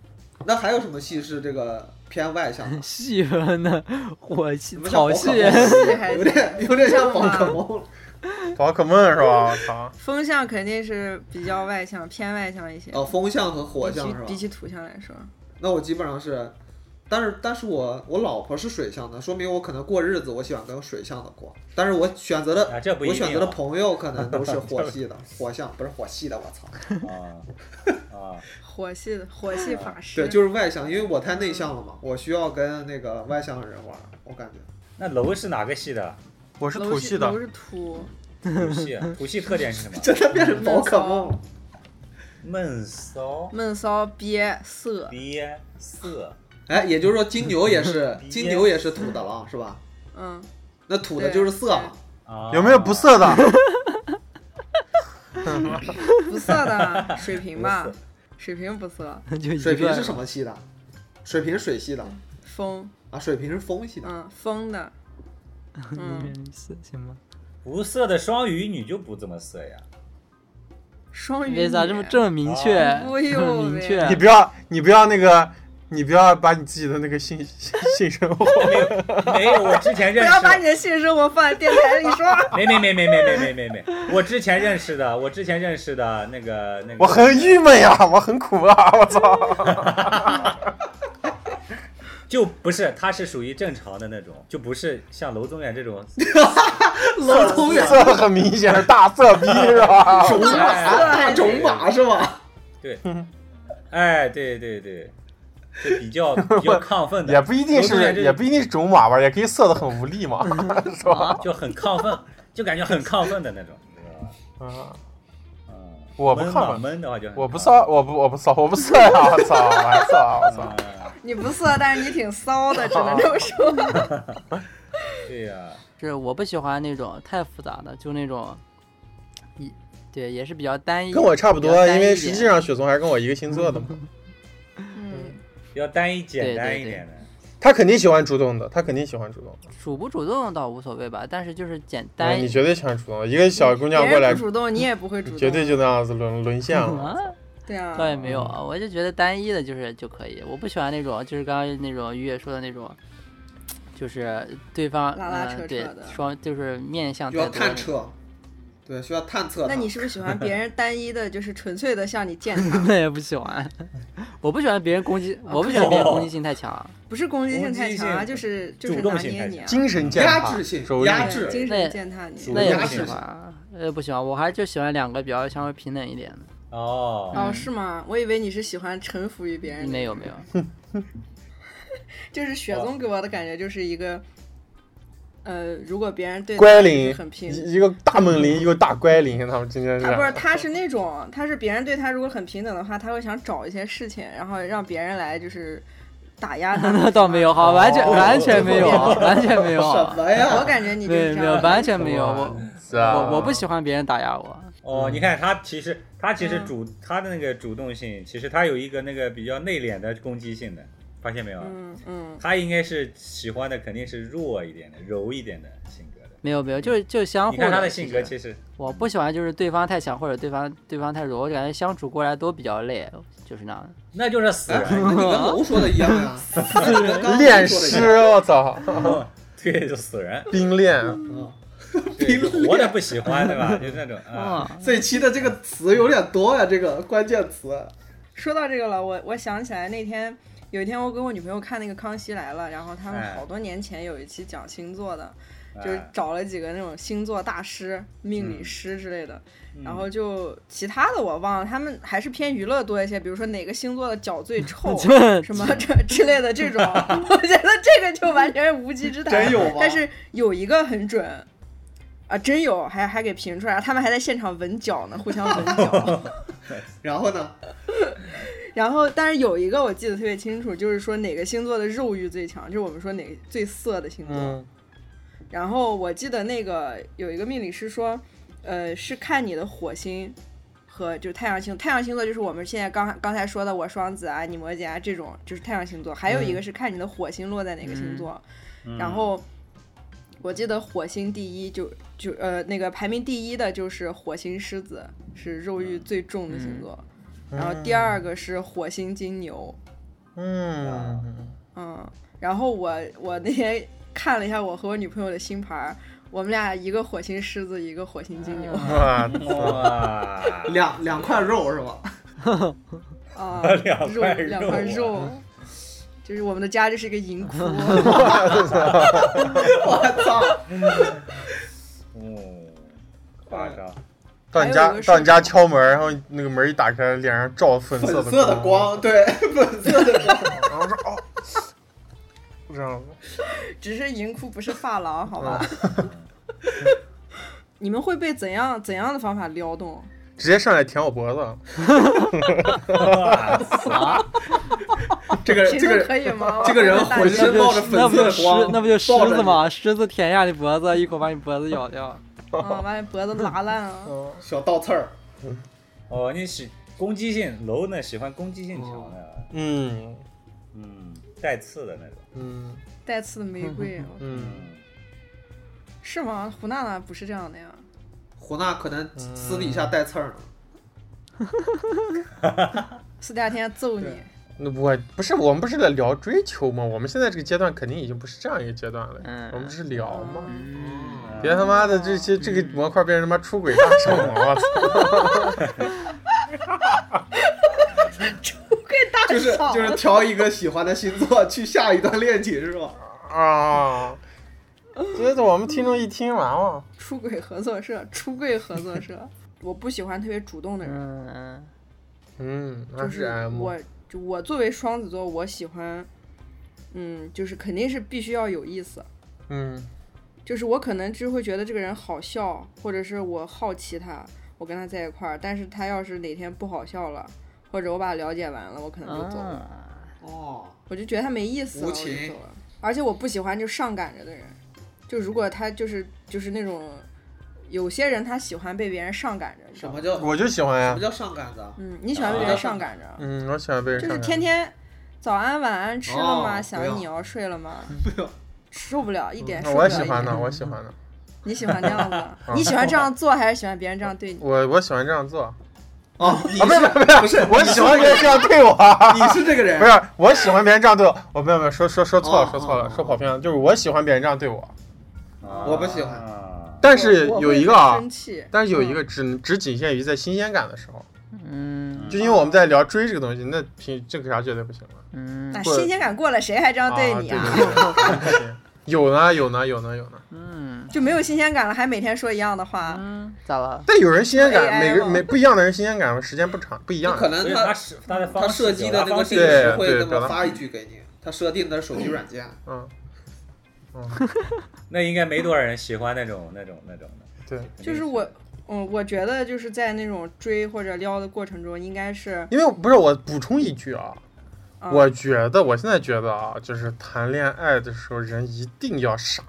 C: 那还有什么系是这个偏外向的
E: 细分的火系
C: 怎么像
E: 草
C: 宝可
E: 系
C: 梦， 有点有点像宝可梦了。
D: 宝可梦是吧？操，
A: 风向肯定是比较外向，偏外向一些。
C: 哦，风象和火
A: 比
C: 象
A: 起
C: 是吧
A: 比？起土象来说，
C: 那我基本上是，但是但是我我老婆是水象的，说明我可能过日子我喜欢跟水象的过，但是我选择的、
B: 啊这不一
C: 我
B: 定啊
C: 选择的朋友可 能都是火系的，火象不是火系的，我操，
B: 啊啊，
A: 火系的火
C: 哎
A: 系法师，
C: 对，就是外向，因为我太内向了嘛，我需要跟那个外向的人玩，我感觉
B: 那楼是哪个系的？
D: 我是
A: 楼
D: 土
A: 系
D: 系
A: 楼
D: 的，
A: 是土，
B: 土系，土系特点是什么？
C: 真的变成 宝可梦了，
B: 闷骚、
A: 闷骚憋色，
B: 憋、色，
C: 哎，也就是说金牛也是
B: 鼻
C: 金牛也是土的了，是吧？
A: 嗯，
C: 那土的就是色嘛，
B: 啊，
D: 有没有不色的？
A: 不色的水瓶吧
B: 不色，
A: 水瓶不色，
E: 就
C: 水
E: 一
C: 瓶
E: 个
C: 是什么系的？水瓶水系的
A: 风，
C: 啊，水瓶是风 系的。
A: 嗯，风的， 嗯，
E: 面试行吗？
B: 不色的双鱼女就不怎么色呀？
A: 双鱼
E: 为
A: 女，
E: 啥这么这么明确？
B: 啊
A: 哎呦
E: 这么明确
A: 喂？
D: 你不要，你不要那个，你不要把你自己的那个 性性性生活，
B: 没有，我之 前
A: 不
B: 认
A: 要把
B: 识
A: 你。的性生活放在电台里说，
B: 没没没没没没没没没，我之前认识的，我之前认识的那个那个，
D: 我很郁闷呀，我很苦啊，我操！
B: 就不是，他是属于正常的那种，就不是像娄宗远这种，
C: 楼宗远
D: 色很明显是大色逼是 吧？
C: 种马，大
A: 哎
C: 种马是吧？
B: 哎，对对对，就比较比较亢奋的，
D: 也不一
B: 娄
D: 定
B: 宗
D: 是
B: 远，这
D: 也不一定是种马吧，也可以色的很无力嘛， 是吧？
B: 就很亢奋，就感觉很亢奋的那种，你知道吧？
D: 嗯，
B: 嗯，
D: 我不
B: 闷
D: 亢
B: 嘛
D: 奋
B: 闷的话就很
D: 我不
B: 亢
D: 骚，我不，我不骚，我不色呀！我操，我还色啊！
B: 奋，
D: 我操，
B: 啊
A: 你不色，但是你挺骚的，只能这么说。
B: 对呀，
E: 是我不喜欢那种太复杂的，就那种一对也是比较单 一，
D: 跟我差不
E: 比较
D: 多，
E: 单
D: 因
E: 一
D: 为
E: 点
D: 实际上雪松还是跟我一个星座的嘛。
A: 嗯，
B: 要单一简
E: 对对
B: 单一
E: 对
B: 点的，
D: 他肯定喜欢主动的，他肯定喜欢主动的，
E: 主不主动倒无所谓吧，但是就是简
D: 嗯
E: 单
D: 你绝对喜欢主动的。一个小姑娘
A: 别
D: 过
A: 人
D: 来
A: 不，主动，你也不会主动，
D: 绝对就那样子沦沦陷了。
E: 啊，
A: 对啊，
E: 倒也没有
B: 嗯
E: 啊，我就觉得单一的就是就可以，我不喜欢那种就是刚刚那种于野说的那种。就是对方
A: 拉拉
E: 嗯
A: 扯扯
E: 对
A: 的
E: 双就是面向
C: 需要
E: 太多
C: 探
E: 的
C: 测，对，需要探测它。
A: 那你是不是喜欢别人单一的，就是纯粹的向你践 踏？
E: 那也不喜欢，我不喜欢别人 攻击，我不喜欢别人攻击性太
B: 哦
E: 强，
A: 不是攻击性太强啊，
B: 攻击性
A: 就是就是
B: 主动
A: 拿
B: 性
A: 捏
B: 太
A: 你啊，
D: 精神践
C: 压
D: 踏
C: 制性，
D: 蹂
C: 压
D: 躏，
A: 对
C: 制
A: 精
E: 那也
A: 神践踏你。
E: 那也
C: 压
E: 不
C: 制
E: 喜
C: 性
E: 欢，那也不喜欢，我还是就喜欢两个比较稍微平等一点的。
D: 嗯
B: 哦，
A: 哦，是吗？我以为你是喜欢臣服于别人的，
E: 没有没 有，
A: 就是雪宗给我的感觉就是一个，呃，如果别人对他
D: 乖
A: 就
D: 灵
A: 是很，平，啊
D: 一一个大猛灵，一个大乖灵，他们今天是
A: 他不 是他是那种，他是别人对他如果很平等的话，他会想找一些事情，然后让别人来就是打压他。
E: 那倒没有，好，完全
B: 哦
E: 完全没有，完全没有，
C: 什 么
A: 我
C: 呀？哎
A: 感觉你就是这
E: 对，没有，
A: 样的。
E: 完全没有，我
D: 是啊
E: 我我不喜欢别人打压我，
B: 哦，你看他其实他其实
A: 嗯
B: 主、他的那个主动性，其实他有一个那个比较内敛的攻击性的，发现没有啊？
A: 嗯嗯，
B: 他应该是喜欢的肯定是弱一点的、柔一点的性格的。
E: 没有没有，就是就相
A: 啊
B: 你
E: 互
B: 看他的
E: 其
B: 性
E: 实
B: 格，其实
E: 我不喜欢就是对方太强或者对方对方太弱，我感觉相处过来都比较累，就是那样的。
B: 那就是死
C: 哎，
B: 人，
C: 那你跟楼说的一样 呀，跟刚才
D: 练
C: 说的一
D: 师，
C: 样。
D: 我操，
B: 哦对，就 死人，
D: 冰恋，
C: 嗯
B: 对，就活的不喜欢，对吧？就那种
A: 哦
B: 啊，
E: 嗯，，
C: 这期的这个词有点多呀，这个关键词。
A: 说到这个了，我我想起来那天有一天我跟我女朋友看那个《康熙来了》，然后他们
B: 哎
A: 好多年前有一期讲星座的，
B: 哎
A: 就是找了几个那种星座大师、命
C: 嗯
A: 理师之类的，然后就其他的我忘了，他们还是偏娱乐多一些，比如说哪个星座的脚最臭
E: 这
A: 什么这之类的这 种，我觉得这个就完全是无稽之谈。
C: 真有吗
A: 但是有一个很准，啊，真有，还还给评出来，他们还在现场闻脚呢，互相 闻脚。
C: 然后呢？
A: 然后，但是有一个我记得特别清楚，就是说哪个星座的肉欲最强，就是我们说哪个最色的星座。
D: 嗯，
A: 然后我记得那个有一个命理师说，呃，是看你的火星和就是太阳星，太阳星座就是我们现在刚刚才说的我双子啊、你摩羯啊这种，就是太阳星座。还有一个是看你的火星落在哪个星座。
B: 嗯
A: 然后我记得火星第一就就呃那个排名第一的就是火星狮子，是肉欲最重的星座。
B: 嗯
A: 然后第二个是火星金牛，
D: 嗯，嗯，
A: 嗯，然后我我那天看了一下我和我女朋友的星盘儿，我们俩一个火星狮子，一个火星金牛，
D: 哇，
B: 嗯哇，，
C: 两两块肉是吧？ 嗯
A: 啊
B: 两
A: 肉
B: 块
A: 两
B: 肉
A: 块
B: 啊
A: 肉，就是我们的家就是一个银 窟，
C: 我操！
B: 嗯，夸张，
D: 到你家到你家敲门，然后那个门一打开，脸上照粉
C: 粉
D: 色
C: 色的光，对，粉色的光。
D: 然后说哦，这样子，
A: 只是银窟不是发廊，好
C: 啊
A: 吧？ 你们会被怎样怎样的方法撩动？
D: 直接上来舔我脖子，
A: 嗯
B: 哇
C: 这个
A: 评
C: 这
A: 论
C: 个
A: 可以吗？
C: 这个人
A: 我大
C: 浑
A: 家
C: 身
E: 那
C: 冒
E: 不
C: 着粉
E: 就那不
C: 色
E: 就
C: 的光
E: 狮那不就狮
C: 抱着
E: 子
C: 你
E: 吗？狮子舔一下你脖子，一口把你脖子咬掉。
A: 嗯，把你脖子拉烂啊！
C: 小倒刺儿，
B: 哦，你喜攻击性楼呢，喜欢攻击性
A: 哦
B: 强的，啊
D: 嗯
B: 嗯，带刺的那种，
D: 嗯
A: 带刺的玫 瑰
D: 嗯，
B: 嗯，
A: 是吗？胡娜娜不是这样的呀？
C: 胡娜可能私底下带刺儿呢。
A: 四大天揍你
C: 对！
D: 那我不是我们不是在聊追求吗？我们现在这个阶段肯定已经不是这样一个阶段了，
E: 嗯
D: 我们只是
A: 啊
D: 聊 嘛。
E: 嗯，
D: 别他妈的这些这个模块变成他妈出轨大圣了，我操！
A: 给大
C: 就是
A: 嫂
C: 就是挑一个喜欢的星座去下一段恋情是吧？
D: 啊，这我们听众一听完了，
A: 出轨合作社，出柜合作社。我不喜欢特别主动的人，
E: 嗯嗯，
D: 嗯，那
A: 就是是
D: M，
A: 我，就我作为双子座，我喜欢，嗯，就是肯定是必须要有意思。
D: 嗯
A: 就是我可能就会觉得这个人好笑，或者是我好奇他，我跟他在一块儿。但是他要是哪天不好笑了，或者我把他了解完了，我可能就走了，
E: 啊
C: 哦，
A: 我就觉得他没意思了，
C: 无
A: 我就
C: 情
A: 走了。而且我不喜欢就上赶着的人，就如果他就是就是那种，有些人他喜欢被别人上赶着，你知
C: 什
A: 道吗
C: 么？叫
D: 我就喜欢
C: 什
D: 呀
C: 么，叫上杆子啊？
A: 嗯，你喜欢被别人上赶着，
D: 嗯，我喜欢被人
A: 就是
D: 上
A: 天天早安晚安吃了吗？
C: 哦
A: 想
C: 不要
A: 你哦，睡了吗？
C: 不要
A: 受不了一点，
D: 赶
A: 受不
D: 嗯我
A: 了
D: 也
A: 一
D: 喜欢啊的，
A: 点。
D: 我喜欢的，
A: 你喜欢这 样子？你喜欢这样做，还是喜欢别人这样对你？
D: 我我喜欢这样做啊，
C: 哦，你
D: 不是不是不是， 我喜欢别人这样对我，
C: 你是这个人，
D: 不是我喜欢别人这样对我，我没有没有说说说错
C: 哦
D: 了说错
C: 哦
D: 了
C: 哦
D: 说跑偏了，就是我喜欢别人这样对我，
C: 我不喜欢
B: 欢
D: 但是有一个
A: 我会
D: 啊
A: 生，气，
D: 但是有一个只只仅限于在新鲜感的时候，
E: 嗯
D: 就因为我们在聊追这个东西，那凭这个啥绝对不行了。
E: 嗯
A: 那
D: 或者
A: 哎新鲜感过了，谁还这样你
D: 啊
A: 啊？
D: 对对对对 有呢有呢有呢有呢，
E: 嗯
A: 就没有新鲜感了，还每天说一样的话，
E: 嗯，咋了？
D: 但有人新鲜感，
A: AI
D: 每个人
A: 了
D: 每不一样的人新鲜感时间不长，不一样
C: 可
D: 的。
B: 所
C: 能
B: 以他
C: 他
B: 是他的方
C: 他
B: 式
C: 设计
B: 表
C: 的
B: 达
C: 那
B: 方
C: 个
B: 式
C: 定时
D: 对
C: 会
D: 对
C: 那
D: 表
C: 么
D: 达
C: 发一句给你，他设定的手机软件。
D: 嗯，
B: 那应该没多少人喜欢那种那种那种的，
D: 对，
A: 就是我，嗯，我觉得就是在那种追或者撩的过程中，应该是
D: 因为不是我补充一句啊，
A: 嗯
D: 我觉得我现在觉得啊，就是谈恋爱的时候人一定要傻，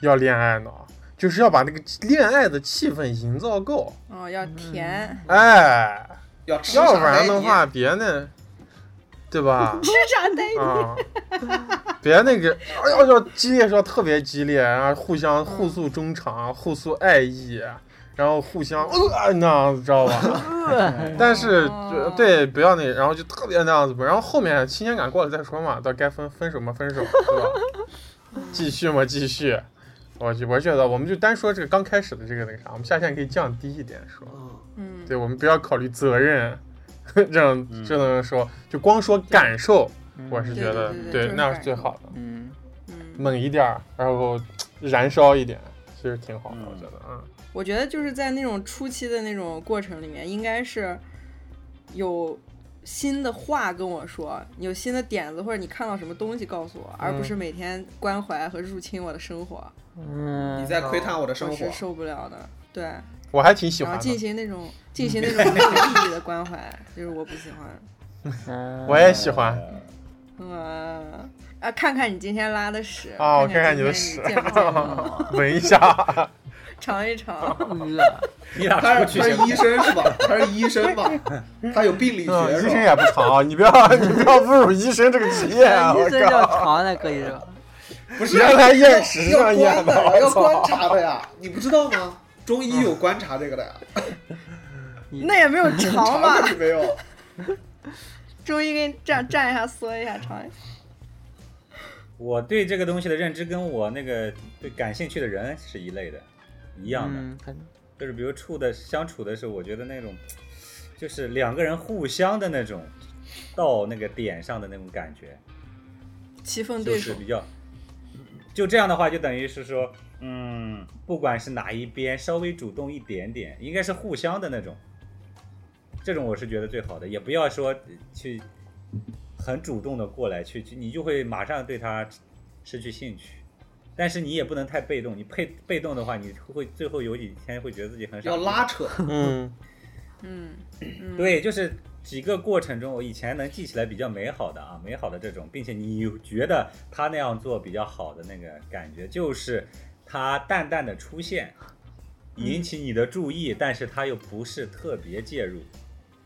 D: 要恋爱脑，就是要把那个恋爱的气氛营造够，
A: 嗯要 甜，
D: 哎，
C: 要吃啥
D: 要不然的
C: 来
D: 话别那，对吧？
A: 吃啥呆你？
D: 啊，别那个，哎要要激烈是要特别激烈，然后互相互诉衷肠，互诉爱意，然后互相呃那样子，知道吧？但是就对，不要那，然后就特别那样子，然后后面新鲜感过了再说嘛，到该分分手嘛，分手，对吧？继续嘛，继续。我就我觉得，我们就单说这个刚开始的这个那个啥，我们下限可以降低一点说
C: 你。，嗯，
A: 嗯，
D: 对，我们不要考虑责任， 这样这样说，就光说感受，我是觉得
A: 对对对就是
D: 那
A: 感
D: 是最
A: 受
D: 好的，
E: 嗯
A: 嗯，
D: 猛一点儿，然后燃烧一点，其实挺好的，
B: 嗯
D: 我觉得，嗯
A: 我觉得就是在那种初期的那种过程里面，应该是有新的话跟我说，你有新的点子或者你看到什么东西告诉我，而不是每天关怀和入侵我的生活，
E: 嗯
C: 你，在窥探我的生
A: 我
C: 活
A: 是。受不了的。对，
D: 我还挺喜
A: 然
D: 欢
A: 后进
D: 的，
A: 行那种进行那种没有意义的关怀，就是我不喜欢。
E: 嗯
D: 我也喜欢。
B: 呃
A: 嗯啊，看看你今天拉的屎
D: 哦
A: 看
D: 看看
A: 今
D: 你的
A: 天
D: 屎
A: 健不健康
D: 闻一下。嗯
A: 尝一尝。
E: 呃
B: 你俩
C: 他
B: 出
C: 是
B: 去行
C: 他是医生是吧？他是医生吧？他有病理
D: 嗯，
C: 学是
D: 医生
C: 吧？
D: 也不长啊，你不要你不要侮辱医生这个职业啊！我
E: 医生叫
D: 靠，
E: 长的可以说，
C: 不是
D: 原来验尸
C: 要
D: 上验
C: 观
D: 的，
C: 的，
D: 我
C: 要观
D: 操！嗯
C: 察的呀，你不知道吗？中医有观察这个的呀，
A: 那也没有尝
C: 查
A: 吧
C: 过？你没有？
A: 中医给你蘸蘸一下，嗦一下，尝一下。
B: 我对这个东西的认知跟我那个对感兴趣的人是一类的，一样的。
E: 嗯，可能
B: 就是比如处的相处的时候，我觉得那种就是两个人互相的那种到那个点上的那种感觉，
A: 棋逢
B: 就
A: 对
B: 是
A: 手，
B: 比较。就这样的话，就等于是说，嗯，不管是哪一边，稍微主动一点点，应该是互相的那种。这种我是觉得最好的，也不要说去很主动的过来去去，你就会马上对他失去兴趣。但是你也不能太被动，你被被动的话，你会最后有几天会觉得自己很傻。
C: 要拉扯，
D: 嗯，
A: 嗯，嗯，
B: 对，就是几个过程中，我以前能记起来比较美好的啊，美好的这种，并且你觉得他那样做比较好的那个感觉，就是他淡淡的出现，引起你的注意，但是他又不是特别介入，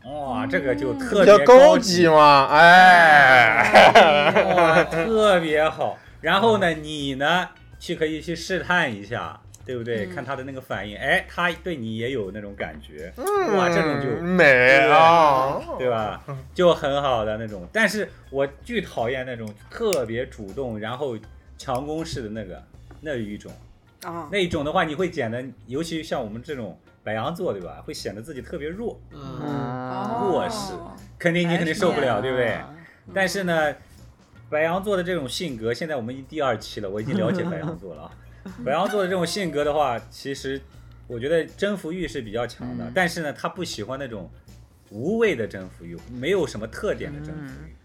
B: 哇，这个
A: 嗯
B: 就特
D: 比较
B: 别
D: 高级
B: 级，
D: 嘛，哎，
B: 哇，特别好。然后呢，你呢去可以去试探一下。对不对？
A: 嗯
B: 看他的那个反应，哎，他对你也有那种感觉，
D: 嗯
B: 哇，这种就
D: 美啊，
C: 嗯
B: 对吧？就很好的那种。但是我巨讨厌那种特别主动，然后强攻式的那个那一种，
A: 啊，
B: 那一种的话，你会显得，尤其像我们这种白羊座，对吧？会显得自己特别弱，
C: 嗯，
E: 啊
B: 弱势肯定你肯定受不了，对不
A: 嗯
B: 对？但是呢，白羊座的这种性格，现在我们已经第二期了，我已经了解白羊座了啊。白羊座的这种性格的话，其实我觉得征服欲是比较强的，
E: 嗯
B: 但是呢，他不喜欢那种无谓的征服欲，没有什么特点的征服欲。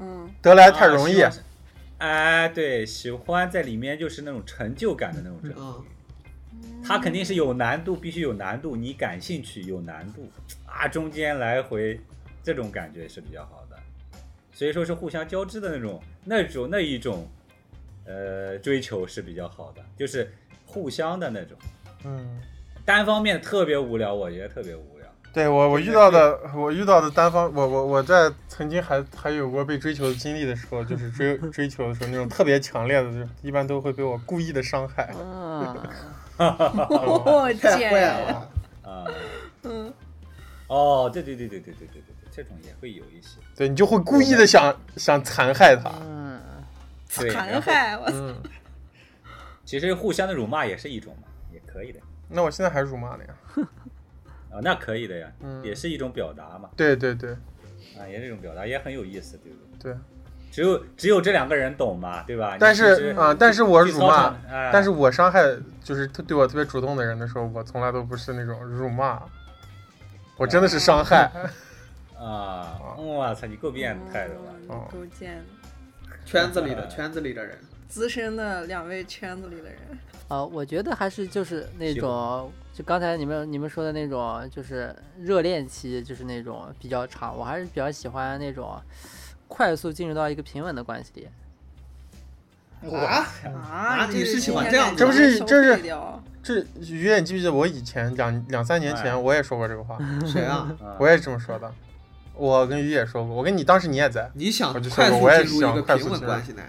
A: 嗯，
D: 得来太容易
B: 啊。喜欢是哎，对，喜欢在里面就是那种成就感的那种程度，
C: 嗯，
B: 它肯定是有难度，必须有难度，你感兴趣有难度啊，中间来回这种感觉是比较好的，所以说是互相交织的那种那种那一种，呃，追求是比较好的，就是互相的那种，
D: 嗯，
B: 单方面特别无聊，我觉得特别无聊。
D: 对我我遇到的我遇到的单方，我我我在曾经还还有过被追求的经历的时候，就 是追追求的时候那种特别强烈的，就是一般都会被我故意的伤害。
E: 嗯，
A: 哦，
C: 太
A: 贱
C: 坏了，
B: 啊、
A: 嗯，
B: 哦，对对对对对对对对对，这种也会有一些，
D: 对你就会故意的想想残害 他。
E: 嗯，
B: 对，然
A: 残
B: 后
A: 害我，
D: 嗯，
B: 其实互相的辱骂也是一种嘛，也可以的
D: 那我现在还辱骂呢呀。
B: 啊、那可以的呀，
D: 嗯
B: 也是一种表达嘛，
D: 对对对
B: 啊，也是一种表达，也很有意思，对不对？
D: 对，
B: 只有只有这两个人懂嘛，对吧？
D: 但
B: 你
D: 是
B: 其实
D: 啊、但是我
B: 去
D: 辱
B: 操
D: 骂
B: 场，哎
D: 但是我伤害就是特对我特别主动的人的时候，我从来都不是那种辱骂，我真的是伤害。
B: 哦 啊，我操，你够变态的吧？
E: 哦
A: 嗯够贱的，
C: 圈子
D: 哎
C: 里的圈子里的人，
A: 资深的两位圈子里的人，
E: 啊，我觉得还是就是那
B: 喜
E: 种，就刚才你们你们说的那种，就是热恋期，就是那种比较长，我还是比较喜欢那种快速进入到一个平稳的关系里。
C: 啊，
A: 啊，
C: 你是喜欢
A: 今
C: 这
A: 天
C: 样
A: 得
C: 这不
D: 是
A: 手
D: 这是
A: 比掉
D: 这于远，你记不记得我以前两两三年
B: 哎
D: 前我也说过这个话，
C: 谁啊？
B: 啊
D: 我也这么说的，我跟于也说过，我跟你当时你也在，
C: 你 想
D: 我就
C: 快
D: 说过我也
C: 速进入一个
D: 想快速
C: 平稳
D: 进入
C: 关系呢？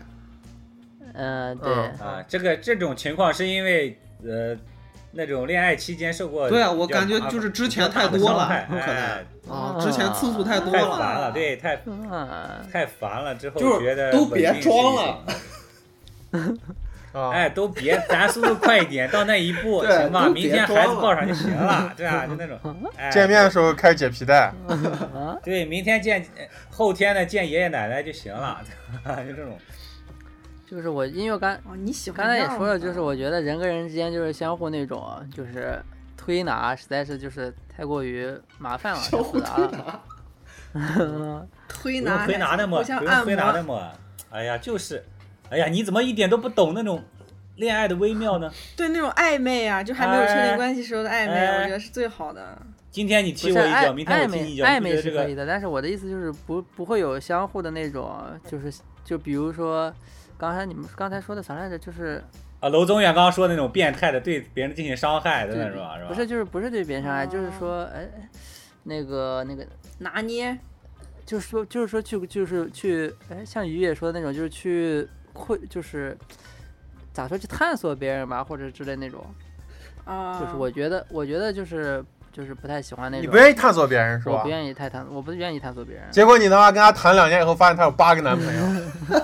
E: 嗯，对
D: 嗯，
B: 啊，这个这种情况是因为呃，那种恋爱期间受过
C: 对啊，我
B: 比较
C: 感觉
B: 麻
C: 就是之
B: 比较
C: 前
B: 大
C: 太
B: 的
C: 多
B: 伤
C: 了，
B: 害
C: 可能
B: 哎
C: 啊，之前次数太多
B: 太烦
C: 了，啊
B: 了，对，太
E: 嗯，
B: 太烦了，之后
C: 就是
B: 觉得
C: 都
B: 稳
C: 别
B: 定是
C: 装
B: 一
C: 了
B: 种
D: 啊，
B: 哎，都别，咱速度快一点，到那一步
C: 对
B: 行吧？
C: 都
B: 明
C: 别
B: 天
C: 装
B: 孩子
C: 了
B: 抱上就行了， 对吧？就那种， 哎，
D: 见面的时候开始解皮带，
B: 对，明天见，呃后天呢见爷爷奶奶就行了， 就这种，
E: 就是我，因为我刚
A: 哦，你喜欢
E: 刚才
A: 这
E: 也
A: 样的，
E: 说了，就是我觉得人跟人之间就是相互那种啊就是推拿，实在是就是太过于麻烦了，太复杂了。
A: 推
B: 不用
A: 拿
B: 推拿的嘛，
A: 互相
B: 不用
A: 按
B: 推拿
A: 摩
B: 的，嘛。哎呀，就是，哎呀，你怎么一点都不懂那种恋爱的微妙呢？
A: 对那种暧昧啊，就还没有确定
B: 哎
A: 关系时候的暧昧，
B: 哎
A: 我觉得是最好的。
B: 今天你
E: 不
B: 踢
E: 是
B: 我一
E: 暧
B: 脚，明天我
E: 暧
B: 踢
E: 昧
B: 你一脚，
E: 暧
B: 你
E: 昧
B: 觉得这
E: 是可以
B: 个
E: 的，但是我的意思就是不不会有相互的那种，就是就比如说刚才你们刚才说的啥来着，就是
B: 啊？娄宗远刚刚说的那种变态的对别人进行伤害的
E: 对
B: 那种啊，是吧？
E: 不是，就是不是对别人伤害，就是
A: 哦
E: 说哎那个那个
A: 拿捏，
E: 就是说，就是说去，就是去，哎，像于野说的那种，就是去会，就是咋说，去探索别人吧，或者之类那种。
A: 啊，
E: 就是我觉得，我觉得就是就是不太喜欢那种。
D: 你不愿意探索别人是
E: 哎我
D: 吧
E: 不？愿意太探，我不愿意探索别人。
D: 结果你他妈跟他谈两年以后，发现他有八个男朋 友，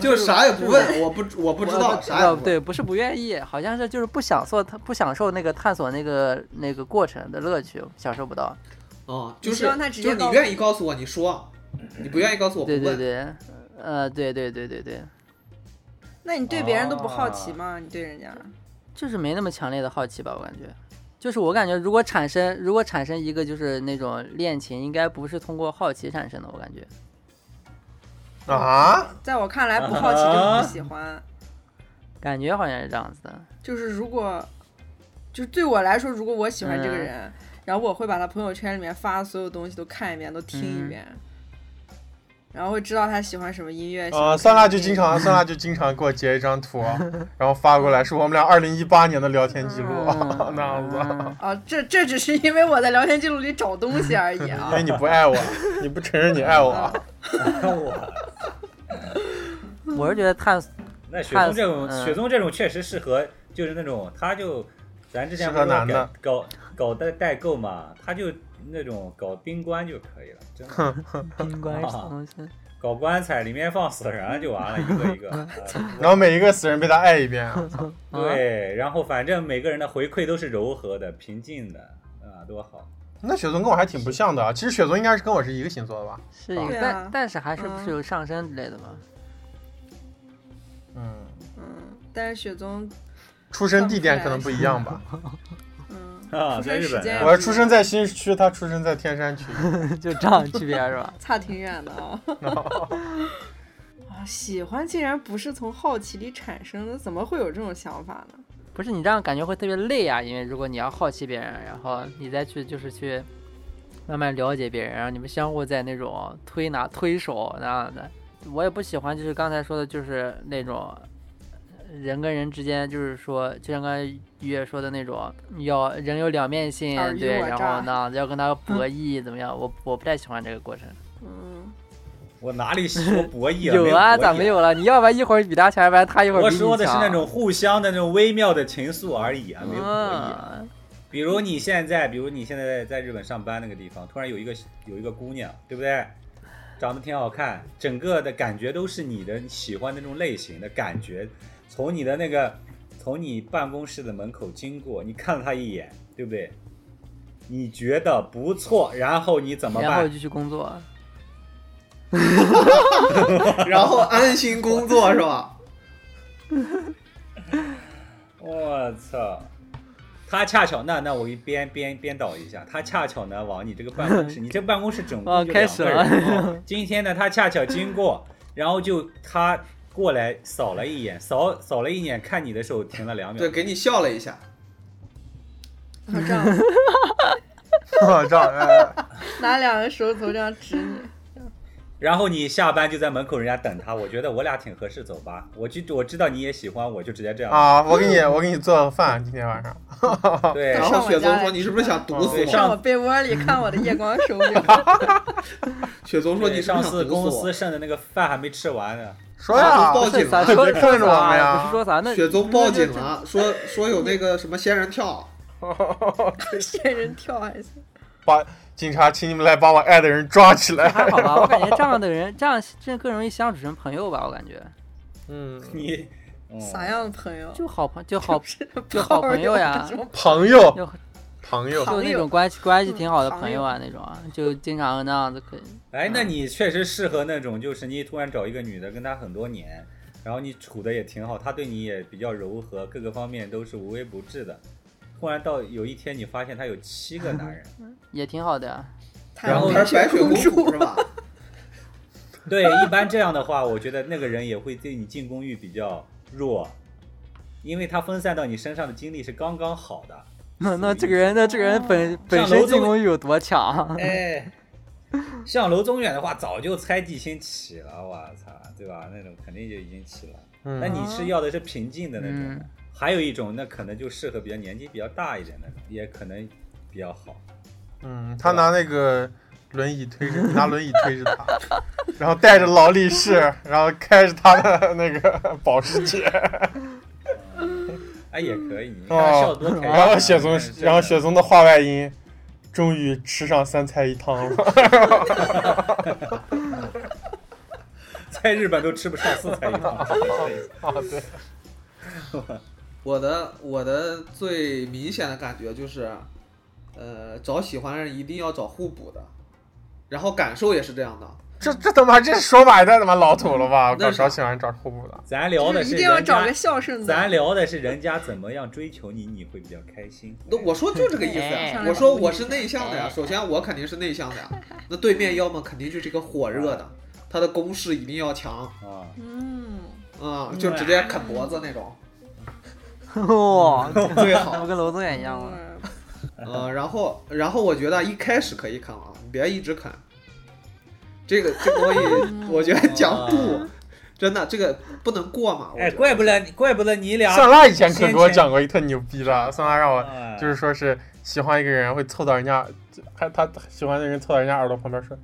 C: 就啥也不问，我不我不
E: 不
C: 知道，啥也不问。
E: 对，不是不愿意，好像是就是不享受，他不享受那个探索那个那个过程的乐趣，享受不到。
C: 啊，
A: 你
C: 就
A: 希
C: 是
A: 望他直接
C: 就是
A: 告
C: 你
A: 诉
C: 愿意告诉我，你说；你不愿意告诉我，不
E: 对对
C: 问。
E: 对，呃，对对对对对，
A: 那你对别人都不好
B: 啊
A: 奇吗？你对人家，
E: 就是没那么强烈的好奇吧，我感觉。就是我感觉，如果产生如果产生一个就是那种恋情，应该不是通过好奇产生的，我感觉。
D: 啊？
A: 在我看来不好奇 就是不喜欢。
E: 感觉好像是这样子的，
A: 就是如果，就是对我来说，如果我喜欢这个人，然后我会把他朋友圈里面发的所有东西都看一遍，都听一遍，然后会知道他喜欢什么音乐。
E: 呃
A: 喜欢
D: 啊，
A: 什么
D: 酸辣
A: 电
D: 就
A: 影
D: 经常，酸辣就经常给我截一张图，然后发过来，是我们俩二零一八年的聊天记录，
E: 嗯
D: 那样子。
E: 嗯
A: 啊，这这只是因为我在聊天记录里找东西而已
D: 因
A: 啊
D: 为。你不爱我，你不承认你爱我
A: 啊，
E: 嗯
B: 我
E: 我是觉得探索
B: 那雪松这
E: 嗯
B: 种，雪松这种确实适合，就是那种他就，咱之前
D: 适
B: 不
D: 合
B: 是说
D: 男的
B: 搞搞搞代代购嘛，他就那种搞冰棺就可以了，真的。
E: 冰棺是什么东西，
B: 搞棺材，里面放死人就完了，一个一个。
E: 嗯
B: 啊
D: 然后每一个死人被他爱一遍，啊
B: 对，然后反正每个人的回馈都是柔和的、平静的，啊，多好。
D: 那雪松跟我还挺不像的啊。其实雪松应该是跟我是一个星座的吧？
E: 是一个，
A: 对啊
E: 但但是还是不
A: 嗯
E: 是有上升之类的嘛？
D: 嗯，
A: 嗯，但是雪宗，
D: 出生地点可能不一样吧。
A: 嗯，
B: 啊
A: 出
B: 在
A: 生
B: 日
A: 时
B: 本
A: 间
B: 啊
D: 我出生在新区，他出生在天山 区。
E: 就这样区别是吧？
A: 差挺远的啊、啊，喜欢竟然不是从好奇里产生的，怎么会有这种想法呢？
E: 不是你这样感觉会特别累啊，因为如果你要好奇别人，然后你再去就是去慢慢了解别人，然后你们相互在那种推拿推手那样的，我也不喜欢就是刚才说的，就是那种人跟人之间，就是说就像刚才于也说的那种，要人有两面性
A: 尔，虞
E: 对，
A: 我
E: 然
A: 诈
E: 后呢要跟他博弈怎么样，我我不太喜欢这个过程。
A: 嗯，
B: 我哪里说博弈
E: 有啊，咋没
B: 有
E: 有了？你要不然一会儿比他强，要不然他一会
B: 博弈？
E: 儿
B: 我
E: 比你强。
B: 说的是那种互相的那种微妙的情愫而已啊，没有博弈啊。
E: 嗯，
B: 比如你现在，比如你现在在在日本上班那个地方，突然有一个有一个姑娘，对不对？长得挺好看，整个的感觉都是你的喜欢那种类型的感觉。从你的那个，从你办公室的门口经过，你看了她一眼，对不对？你觉得不错，然后你怎么
E: 然后
B: 办？
E: 就去工作。
C: 然后安心工作是吧？
B: 我操！她恰巧那那我给你编编编导一下，她恰巧呢往你这个办 公室，你这办公室整
E: 哦
B: 共就
E: 开
B: 两
E: 始
B: 个人。哦今天呢，她恰巧经 过，然后就她过来扫了一眼，扫扫了一眼，看你的时候停了两秒
C: 对，。给你笑了一下。
A: 然后这样
D: 我操！哎
A: 拿两个手头这样指你，
B: 然后你下班就在门口人家等她，我觉得我俩挺合适，走吧。我就我知道你也喜欢我，就直接这样。
D: 啊，我给你，我给你做个饭，今天晚上。
B: 对
C: 然，后雪宗说：“你是不是想毒死
B: 对
C: 我
B: 上
A: 上我被窝里看我的夜光手表，？”
C: 雪宗说：“你是不
B: 上
C: 是想
B: 次
C: 毒
B: 公
C: 死
B: 司
C: 我
B: 剩的那个饭还没吃完啊呢。
D: 说呀，
C: 报
E: 不是
C: 警
E: 咱
C: 了
D: 对
E: 说
D: 别
E: 的
D: 看着
E: 啥
D: 我
E: 呀
D: 们呀
E: 不是说啥？”那
C: 雪宗报警。
E: 那
C: 了，说说有那个什么仙人跳，
A: 仙人跳还行。
D: 把警察，请你们来把我爱的人抓起
E: 就还
D: 来。
E: 好吧，我感觉这样的人，这样这更容易相处成朋友吧，我感觉
D: 嗯，
B: 你、嗯、
A: 啥样的朋友？
E: 就好朋就好
A: 是
E: 就好朋友呀
A: 什么
D: 朋友，
E: 就
D: 朋友，
E: 就那种关系关系挺好的朋友啊，那种啊，就经常那样子可以。
B: 哎，
C: 啊
B: 那你确实适合那种，就是你突然找一个女的，跟她很多年，然后你处的也挺好，她对你也比较柔和，各个方面都是无微不至的，忽然到有一天你发现他有七 个男人，
E: 也挺好的呀。
A: 太
B: 然后
C: 还是白雪公主
A: 主
C: 是？吧？
B: 对，一般这样的话，我觉得那个人也会对你进攻欲比较弱，因为他分散到你身上的精力是刚刚好 的。
E: 那那这个人，那这个人本本身进攻欲有多强？
B: 哎，像楼宗远的话，早就猜忌心起了，我操，对吧？那种肯定就已经起了。那
D: 嗯，
B: 你是要的是平静的那种，
E: 嗯
B: 还有一种那可能就适合比较年纪比较大一点的，也可能比较好。
D: 嗯，他拿那个轮椅推着，拿轮椅推着他， 然后带着劳力 士，然后开着他的那个保时捷，
B: 哎，也可以，你看他笑
D: 哦
B: 得多开，心啊。
D: 然后雪松
B: 但是，这
D: 然后
B: 个
D: 雪松的话外音，终于吃上三菜一汤了。
B: 在日本都吃不上四菜一 汤。
D: 啊，对，
C: 我的我的最明显的感觉就是，呃，找喜欢的人一定要找互补的，然后感受也是这样的。
D: 这这他妈这说法也太他妈老土了吧！我
C: 那
D: 靠，
C: 是
D: 少喜欢找互补的。
B: 咱聊的
A: 就是 是一定要
B: 人家
A: 找个孝顺的。
B: 咱聊的是人家怎么样追求你，你会比较开心。
C: 那我说就这个意思呀
E: 哎，
C: 我说我是内向的呀，首先我肯定是内向的呀，那对面要么肯定就是一个火热的，他的攻势一定要强，
B: 啊，
A: 嗯，
C: 嗯，就直接啃脖子那种，
E: 哇，
C: 最好
E: 那不。跟楼宗远一样吗？啊
A: 嗯
C: 呃，然后然后我觉得一开始可以啃啊，你别一直啃。这个这个东西，我觉得讲度，真的这个不能过嘛。我
B: 哦
C: 觉
B: 哎，
C: 得
B: 怪不得你，怪不得你俩
D: 算辣以前可
B: 先
D: 给我
B: 前
D: 讲过一特牛逼的，算辣让我
B: 啊
D: 就是说是喜欢一个人会凑到人家，还他喜欢的人凑到人家耳朵旁边说：“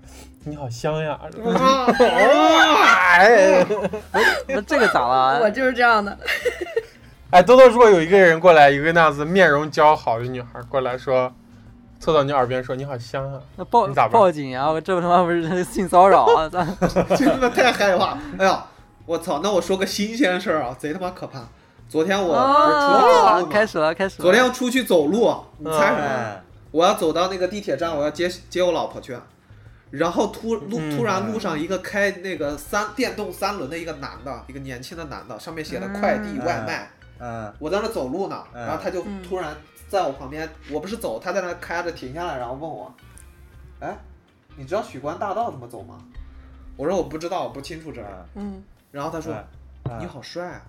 D: 你好香呀。
C: 啊，
D: 哎”
E: 那这个咋
A: 我
E: 了？
A: 就是这样的。
D: 哎，多多，如果有一个人过来，有一个那样子面容姣好的女孩过来说，凑到你耳边说：“你好香啊。
E: 那报
D: 你咋办
E: 报警啊！我这他妈不是性骚扰啊！咱
C: 真他妈太害怕！哎呀，我操！那我说个新鲜事儿啊，贼他妈可怕。昨天我
E: 啊
C: 我出去走路嘛
E: 开始了，开始
C: 哦
E: 了。
C: 昨天 我出去走路，你猜什么？
B: 哎
C: 我要走到那个地铁站，我要接接我老婆去。然后突路
D: 嗯
C: 突然路上一个开那个三电动三轮的一个男的，一个年轻的男的，上面写的快递外卖。
B: 嗯
C: 我在那走路呢，
B: 嗯
C: 然后他就
A: 嗯
C: 突然在我旁边，我不是走，他在那开着停下来，然后问我，哎，你知道许关大道怎么走吗？我说我不知道，我不清楚这儿。
B: 嗯，
A: 嗯，
C: 然后他说、
B: 嗯
C: 你，好帅啊！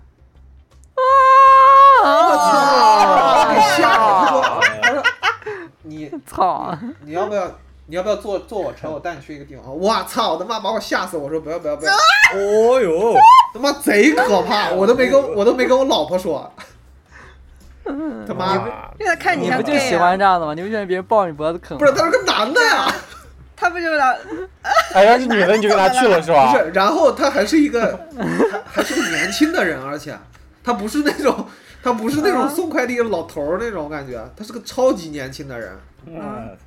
E: 啊！
C: 给吓我！他
E: 我
C: 说他说你
E: 操！
C: 你要不要你要不要坐坐我车？我带你去一个地方。我操！我他妈把我吓死！我说不要不要
E: 啊
C: 不要，
B: 哦呦，
C: 他妈贼可怕！我都没跟我都没跟我老婆说。
E: 嗯
C: 他”妈
D: 啊，
A: 因为他看
E: 你
A: 像
E: 不就
A: gay
E: 喜
A: 啊
E: 欢，这样的吗？你不喜欢别人抱你脖子啃吗？
C: 不是，他是个男的呀，
A: 他不就俩
D: 哎，要是女的你就跟他去了是吧？
C: 不是。然后他还是一 个还还是个年轻的人，而且他不是那 种他不是那
E: 啊
C: 种送快递的老头儿那种感觉，他是个超级年轻的人。
B: 嗯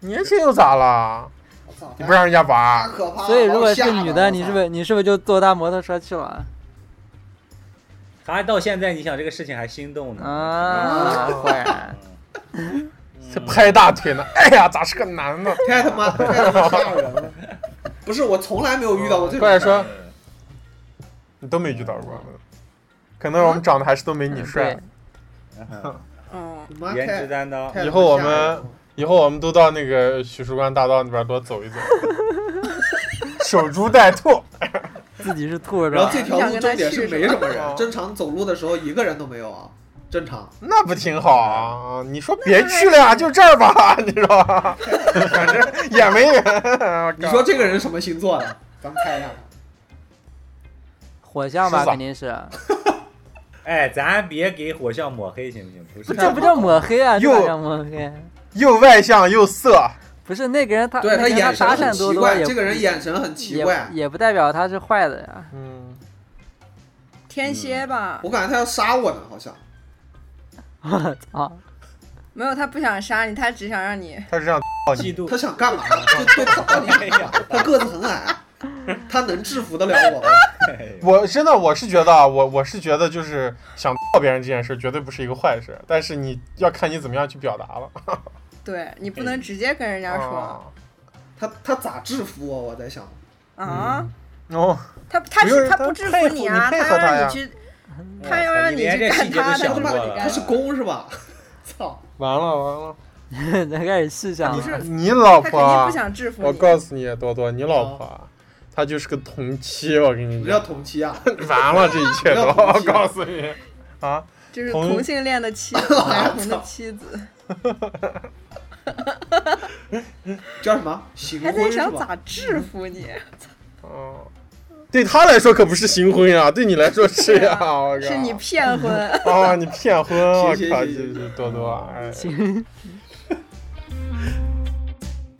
D: 年轻又咋了？
C: 我操！
D: 你不让人家
C: 太
D: 玩，
C: 可怕了！
E: 所以如
C: 把哦我
E: 果
C: 吓
E: 是
C: 得
E: 女
C: 我
E: 的，
C: 操
E: 你是不是你是不是就坐他摩托车去了？
B: 他到现在你想这个事情还心动呢嗯
E: 啊，
C: 嗯
E: 果然。
D: 他拍大腿呢。哎呀，咋是个男的？
C: 太他 妈太他妈吓人了！不是，我从来没有遇到
E: 哦
C: 过这种
D: 快
C: 人。
B: 嗯
D: 点说，你都没遇到过，可能我们长得还是都没你帅
E: 对。
B: 嗯
A: 嗯，
C: 你妈
B: 颜
C: 太
B: 值担当，
C: 太
D: 以后我们
C: 吓人了
D: 以后我们都到那个许树关大道那边多走一走，守株待兔。
E: 自己是兔是
C: 然
E: 吧
C: 后？这条路重点是没什么
D: 是吧
C: 人，正常走路的时候一个人都没有啊，正常。
D: 那不挺好啊？你说别去了呀，就这儿吧， 你说，反正也没人。我靠
C: 你说这个人什么星座的？啊咱们猜一下吧。
E: 火象吧，
D: 是吧
E: 肯 定是。
B: 哎，咱别给火象抹黑行不行？不是，
E: 这不叫抹黑啊，这
D: 又
E: 不叫抹黑。
D: 又外向又色，
E: 不是那个人他，
C: 对
E: 那个人
C: 眼神
E: 他搭
C: 很
E: 讪多
C: 奇
E: 多
C: 怪，
E: 也
C: 这个人眼神很奇怪
E: 也，也不代表他是坏的呀。
D: 嗯，
A: 天蝎吧，
C: 我感觉他要杀我呢，好像。
E: 我操！
A: 没有，他不想杀你，他只想让你
D: 他是这样操你。
B: 嫉妒
C: 他。想干嘛呢？就对他到底想干嘛他个子很矮，他能制服得了我吗？
B: 哎呦
D: 我真的我是觉得啊，我我是觉得就是想泡别人这件事绝对不是一个坏事，但是你要看你怎么样去表达了。
A: 对你不能直接跟人家说
D: 啊
C: 他他咋制服我？我在想，
A: 啊，
D: 哦，
A: 他他
D: 不是
A: 是他
D: 他
A: 不制
D: 配
A: 服
D: 合
A: 你啊，
D: 你配合
A: 要
D: 他呀
A: 让你去，他要让
B: 嗯你
A: 去
B: 连这
A: 干
B: 细节都
A: 他，他
B: 想
A: 就
B: 过
A: 把你
B: 了
A: 干
C: 他是
A: 了。
C: 攻是吧？操！
D: 完了完了，
E: 咱开始细想
A: 不
E: 了。
A: 是
D: 啊你老
A: 他肯定
D: 婆
A: 不，想制服你。
D: 我告诉你，多多，你
C: 哦
D: 老婆，她就是个同妻，我跟你
C: 不叫
D: 讲，
C: 同期啊，
D: 完了这一切都，
C: 不要同
D: 我
C: 妻
D: 告诉你，啊，
A: 就是
D: 同
A: 同性恋的妻 子，男同的妻子，
C: 叫什么？行
A: 还
C: 婚
A: 在
C: 是
A: 想
C: 吧？嗯
A: 咋制服你？
D: 哦，对她来说可不是新婚呀，对你来说是呀，我靠，
A: 是你骗 婚。
D: 啊，你骗婚，我
C: 行
D: 靠，
C: 行行
D: 这这多多，哎，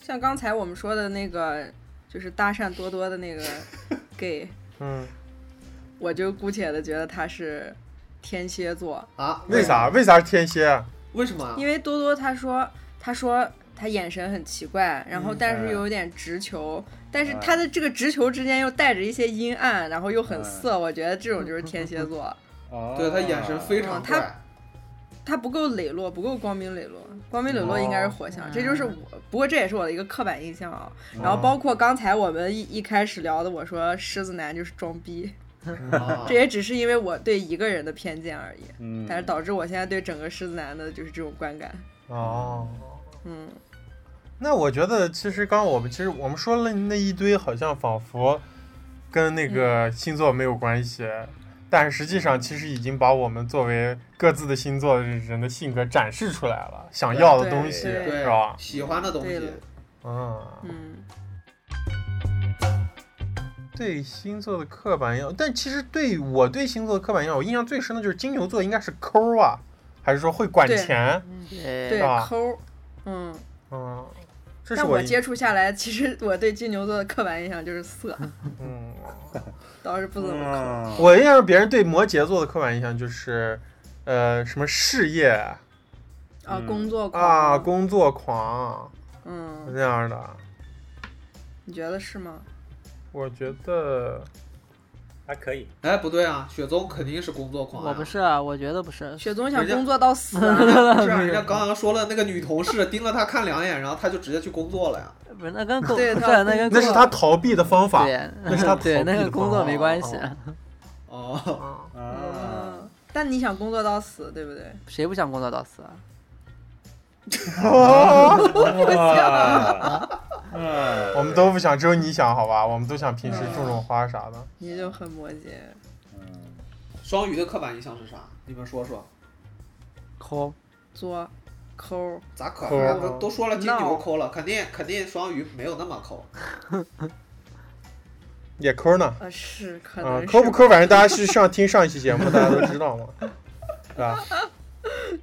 A: 像刚才我们说的那个，就是搭讪多多的那 个 gay，
D: 嗯，
A: 我就姑且的觉得他是天蝎座，
C: 啊？
D: 为啥？？为啥是天蝎啊？
C: 为什么啊？
A: 因为多多他说他说他眼神很奇怪，然后
C: 嗯
A: 但是
B: 哎
A: 又有点直球，但是
B: 哎
A: 他的这个直球之间又带着一些阴暗，然后又
C: 嗯
A: 很
B: 哎
A: 色，我觉得这种就是天蝎座，
B: 哦
C: 对他眼神非常
A: 嗯他
C: 怪，
A: 他不够磊落，不够光明磊落，光明磊落应该是火象，这就是我，不过这也是我的一个刻板印象啊。然后包括刚才我们一一开始聊的，我说狮子男就是装逼，
C: 啊
A: 这也只是因为我对一个人的偏见而已，
B: 嗯，
A: 但是导致我现在对整个狮子男的就是这种观感。
D: 哦。
A: 嗯，
D: 那我觉得，其实刚我们其实我们说了那一堆，好像仿佛跟那
A: 嗯
D: 个星座没有关系，但实际上其实已经把我们作为各自的星座的人的性格展示出来了，想要的东西
A: 对
D: 是
C: 对
D: 吧？
C: 喜欢的东
A: 对
C: 西
A: 了，
D: 嗯，
A: 嗯，
D: 对星座的刻板印象，但其实对我对星座的刻板印象，我印象最深的就是金牛座应该是抠啊，还是说会管
A: 对
D: 钱？
C: 嗯
A: 对
E: 对，
D: 吧
A: 抠儿，嗯，
D: 嗯，这是
A: 但我
D: 一
A: 接触下来，其实我对金牛座的刻板印象就是色，
D: 嗯。
A: 倒是不怎么抠儿。
B: 嗯
D: 我印象中别人对摩羯座的刻板印象就是，呃，什么事业
A: 啊
B: 嗯，
A: 工作狂
D: 啊、工作狂
A: 嗯，
D: 那样的。
A: 你觉得是吗？
D: 我觉得
B: 还可以，
C: 哎，不对啊，雪宗肯定是工作狂啊。
E: 我不是啊，我觉得不是。
A: 雪宗想
C: 人家
A: 工作到死啊，
C: 不是啊，人家刚刚说了那个女同事盯了他看两眼，然后他就直接去工作了呀。
E: 不是那跟工不
A: 对
E: 是
A: 他
E: 那跟
D: 那是
E: 工
D: 他逃避的方法。
E: 对，
D: 那是他逃
E: 对那
D: 避
E: 跟
D: 的
E: 工
D: 方
E: 作
D: 法
E: 没关系，
D: 哦
C: 哦，
D: 啊
B: 啊，
A: 嗯，但你想工作到死，对不对？
E: 谁不想工作到死啊？
B: 哇 嗯
D: 我们都不想，只有你想，好吧？我们都想平时种种花啥的。
A: 你就很摩羯，
B: 嗯
C: 双鱼的刻板印象是啥？你们说说。
E: 抠，
A: 作，抠儿，
C: 咋可
D: 抠
C: 能？都都说了金牛
A: 闹
C: 抠了，肯定肯定双鱼没有那么抠。
D: 也抠呢，
A: 呃，是可
D: 啊
A: 能，是
D: 抠不抠？反正大家去上听上一期节目，大家都知道 嘛，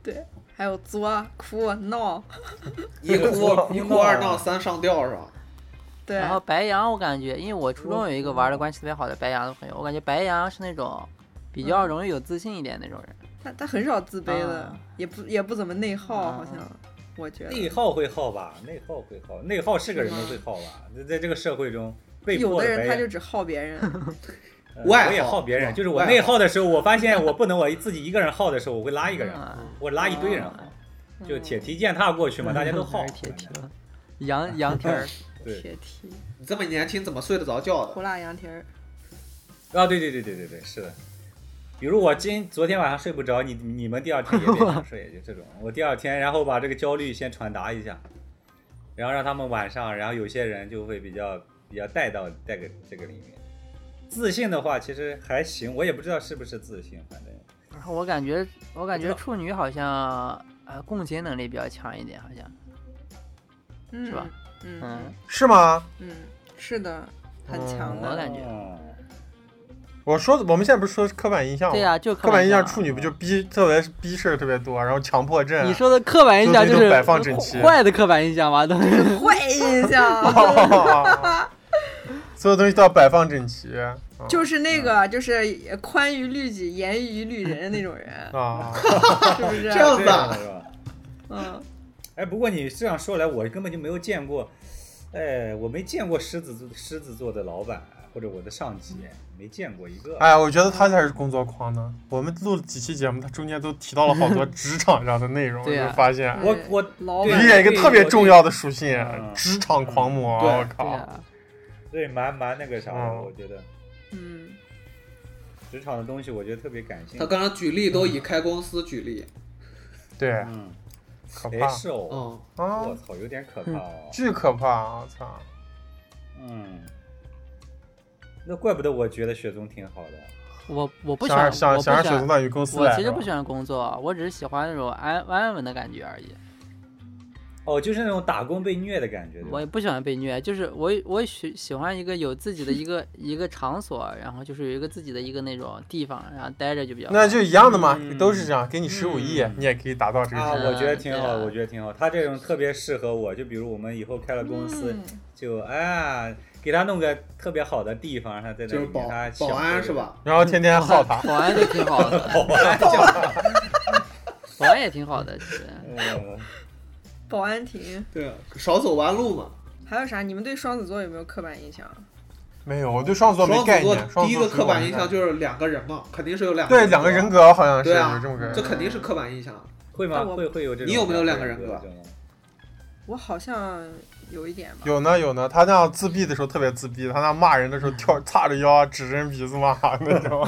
D: 对吧？
A: 还有作、哭、啊闹，
C: 一哭一哭
B: 闹
C: 二闹三上吊是吧？
A: 对，
E: 然后白羊，我感觉，因为我初中有一个玩的关系特别好的白羊的朋友，我感觉白羊是那种比较容易有自信一点那种人。
A: 他他很少自卑的，
E: 啊
A: 也不也不怎么内耗，
E: 啊
A: 好像我觉
B: 内
A: 得
B: 耗会耗吧，内耗会耗，内耗是个人都会耗吧，在在这个社会中被
A: 有
B: 迫
A: 的
B: 地
A: 人
B: 白
A: 他就只耗别人，
B: 呃
C: 外
B: 我也
C: 耗
B: 耗别人，就是我
C: 外
B: 内耗的时候，我发现我不能我自己一个人耗的时候，我会拉一个人耗，
D: 啊
E: 嗯，
B: 我拉一堆人耗，就铁蹄践踏过去
D: 嗯
B: 嘛，大 家都耗
E: 还是。铁蹄儿，羊羊蹄 儿，
B: 对
A: 嗯铁蹄、
C: 你这么年轻怎么睡得着觉
A: 胡
C: 的？
A: 辣羊蹄儿，
B: 啊，对对对对对对，是的。比如我今昨天晚上睡不着，你你们第二天也别想睡，就这种。我第二天，然后把这个焦虑先传达一下，然后让他们晚上，然后有些人就会比较比较带到带给这个里面。自信的话，其实还行，我也不知道是不是自信，反正
E: 然后我感觉，我感
B: 不知
E: 觉
B: 道
E: 处女好像呃共情能力比较强一点，好像，
A: 嗯，
E: 是吧？
A: 嗯
E: 嗯
A: 嗯，
D: 是吗？
A: 嗯，是的，很强
E: 我
A: 的，
E: 感觉
D: 我说的，我们现在不是说刻板印象吗？
E: 对呀，就
D: 哦刻板印象，
E: 啊
D: 处女不就逼，特别逼事儿特别多，然后强迫症啊。
E: 嗯你说的刻板印象
D: 就是是那种摆放整齐
E: 坏坏的刻板印象吧？都 是
A: 坏印象。
D: 哦 所有东西都要摆放整齐。啊，
A: 就是那个，就是宽于律己，严于律人的那种人
D: 啊，
A: 是不是？
C: 这样
B: 哦这
C: 子
B: 样
C: 啊
B: 的？是吧？
A: 嗯，
B: 哎，不过你这样说来，我根本就没有见过，哎，我没见过狮子座狮子座的老板或者我的上级，没见过一个。
D: 哎呀，我觉得他才是工作狂呢。我们录了几期节目，他中间都提到了好多职场上的内容，
E: 对呀啊
D: 我就发现
B: 我
A: 对
B: 我
A: 老
B: 对
A: 板
D: 理解一个特别重要的属性
B: 嗯，
D: 职场狂魔。
C: 对
D: 我
E: 对
D: 靠，
E: 啊，
B: 对蛮蛮那个啥的，
D: 嗯
B: 我觉得
A: 嗯，
B: 职场的东西，我觉得特别感性
C: 他。刚刚举例都以开公司举例，
D: 对，
B: 嗯，
D: 可
B: 谁
D: 怕
B: 是偶？
C: 嗯，
D: 啊
B: 我，操，有点可怕哦。
D: 巨可怕！啊我操，
B: 嗯，那怪不得我觉得雪宗挺好的。
E: 我我不喜
D: 想
E: 欢，
D: 想
E: 我不喜
D: 想让雪
E: 欢
D: 松，到雨公司
E: 我
D: 来，
E: 其实
D: 是吧
E: 不喜欢工作，我只是喜欢那种安安稳的感觉而已。
B: 哦，就是那种打工被虐的感觉。对吧
E: 我也不喜欢被虐，就是我我喜喜欢一个有自己的一个一个场所，然后就是有一个自己的一个那种地方，然后待着就比较好。
D: 那就一样的嘛，
B: 嗯
D: 都是这样，给你十五亿，
B: 嗯
D: 你也可以达到这
B: 啊，
D: 个。
B: 我觉得挺好，
E: 对啊
B: 我觉得挺好。他这种特别适合我，就比如我们以后开了公司，
A: 嗯
B: 就哎呀，给他弄个特别好的地方，让他在那
C: 就
B: 里面
C: 是保
B: 他
C: 保
B: 享
C: 安
B: 受
C: 是？吧？
D: 然后天天 耗他，
E: 保安就挺好的，
B: 保安 叫
E: 保安也挺好的，其实。
B: 嗯
A: 保安亭
C: 对，啊少走弯路嘛。
A: 还有啥？你们对双子座有没有刻板印象？
D: 没有，我对双子座没
C: 双
D: 概
C: 子
D: 念。
C: 座
D: 双
C: 第一
D: 子座
C: 个刻板印象就是两个人嘛，肯定是有两个
D: 对两个人格，好像是
C: 对啊
D: 有这么个
C: 这
D: 人。
C: 肯定是刻板印象。
B: 会吗？
A: 但我
B: 会会有这种？
C: 你有没有两个人格啊
B: 格？
A: 我好像有一点吧。
D: 有呢有呢，他那样自闭的时候特别自闭，他那骂人的时候跳叉着腰啊指着人鼻子骂那种。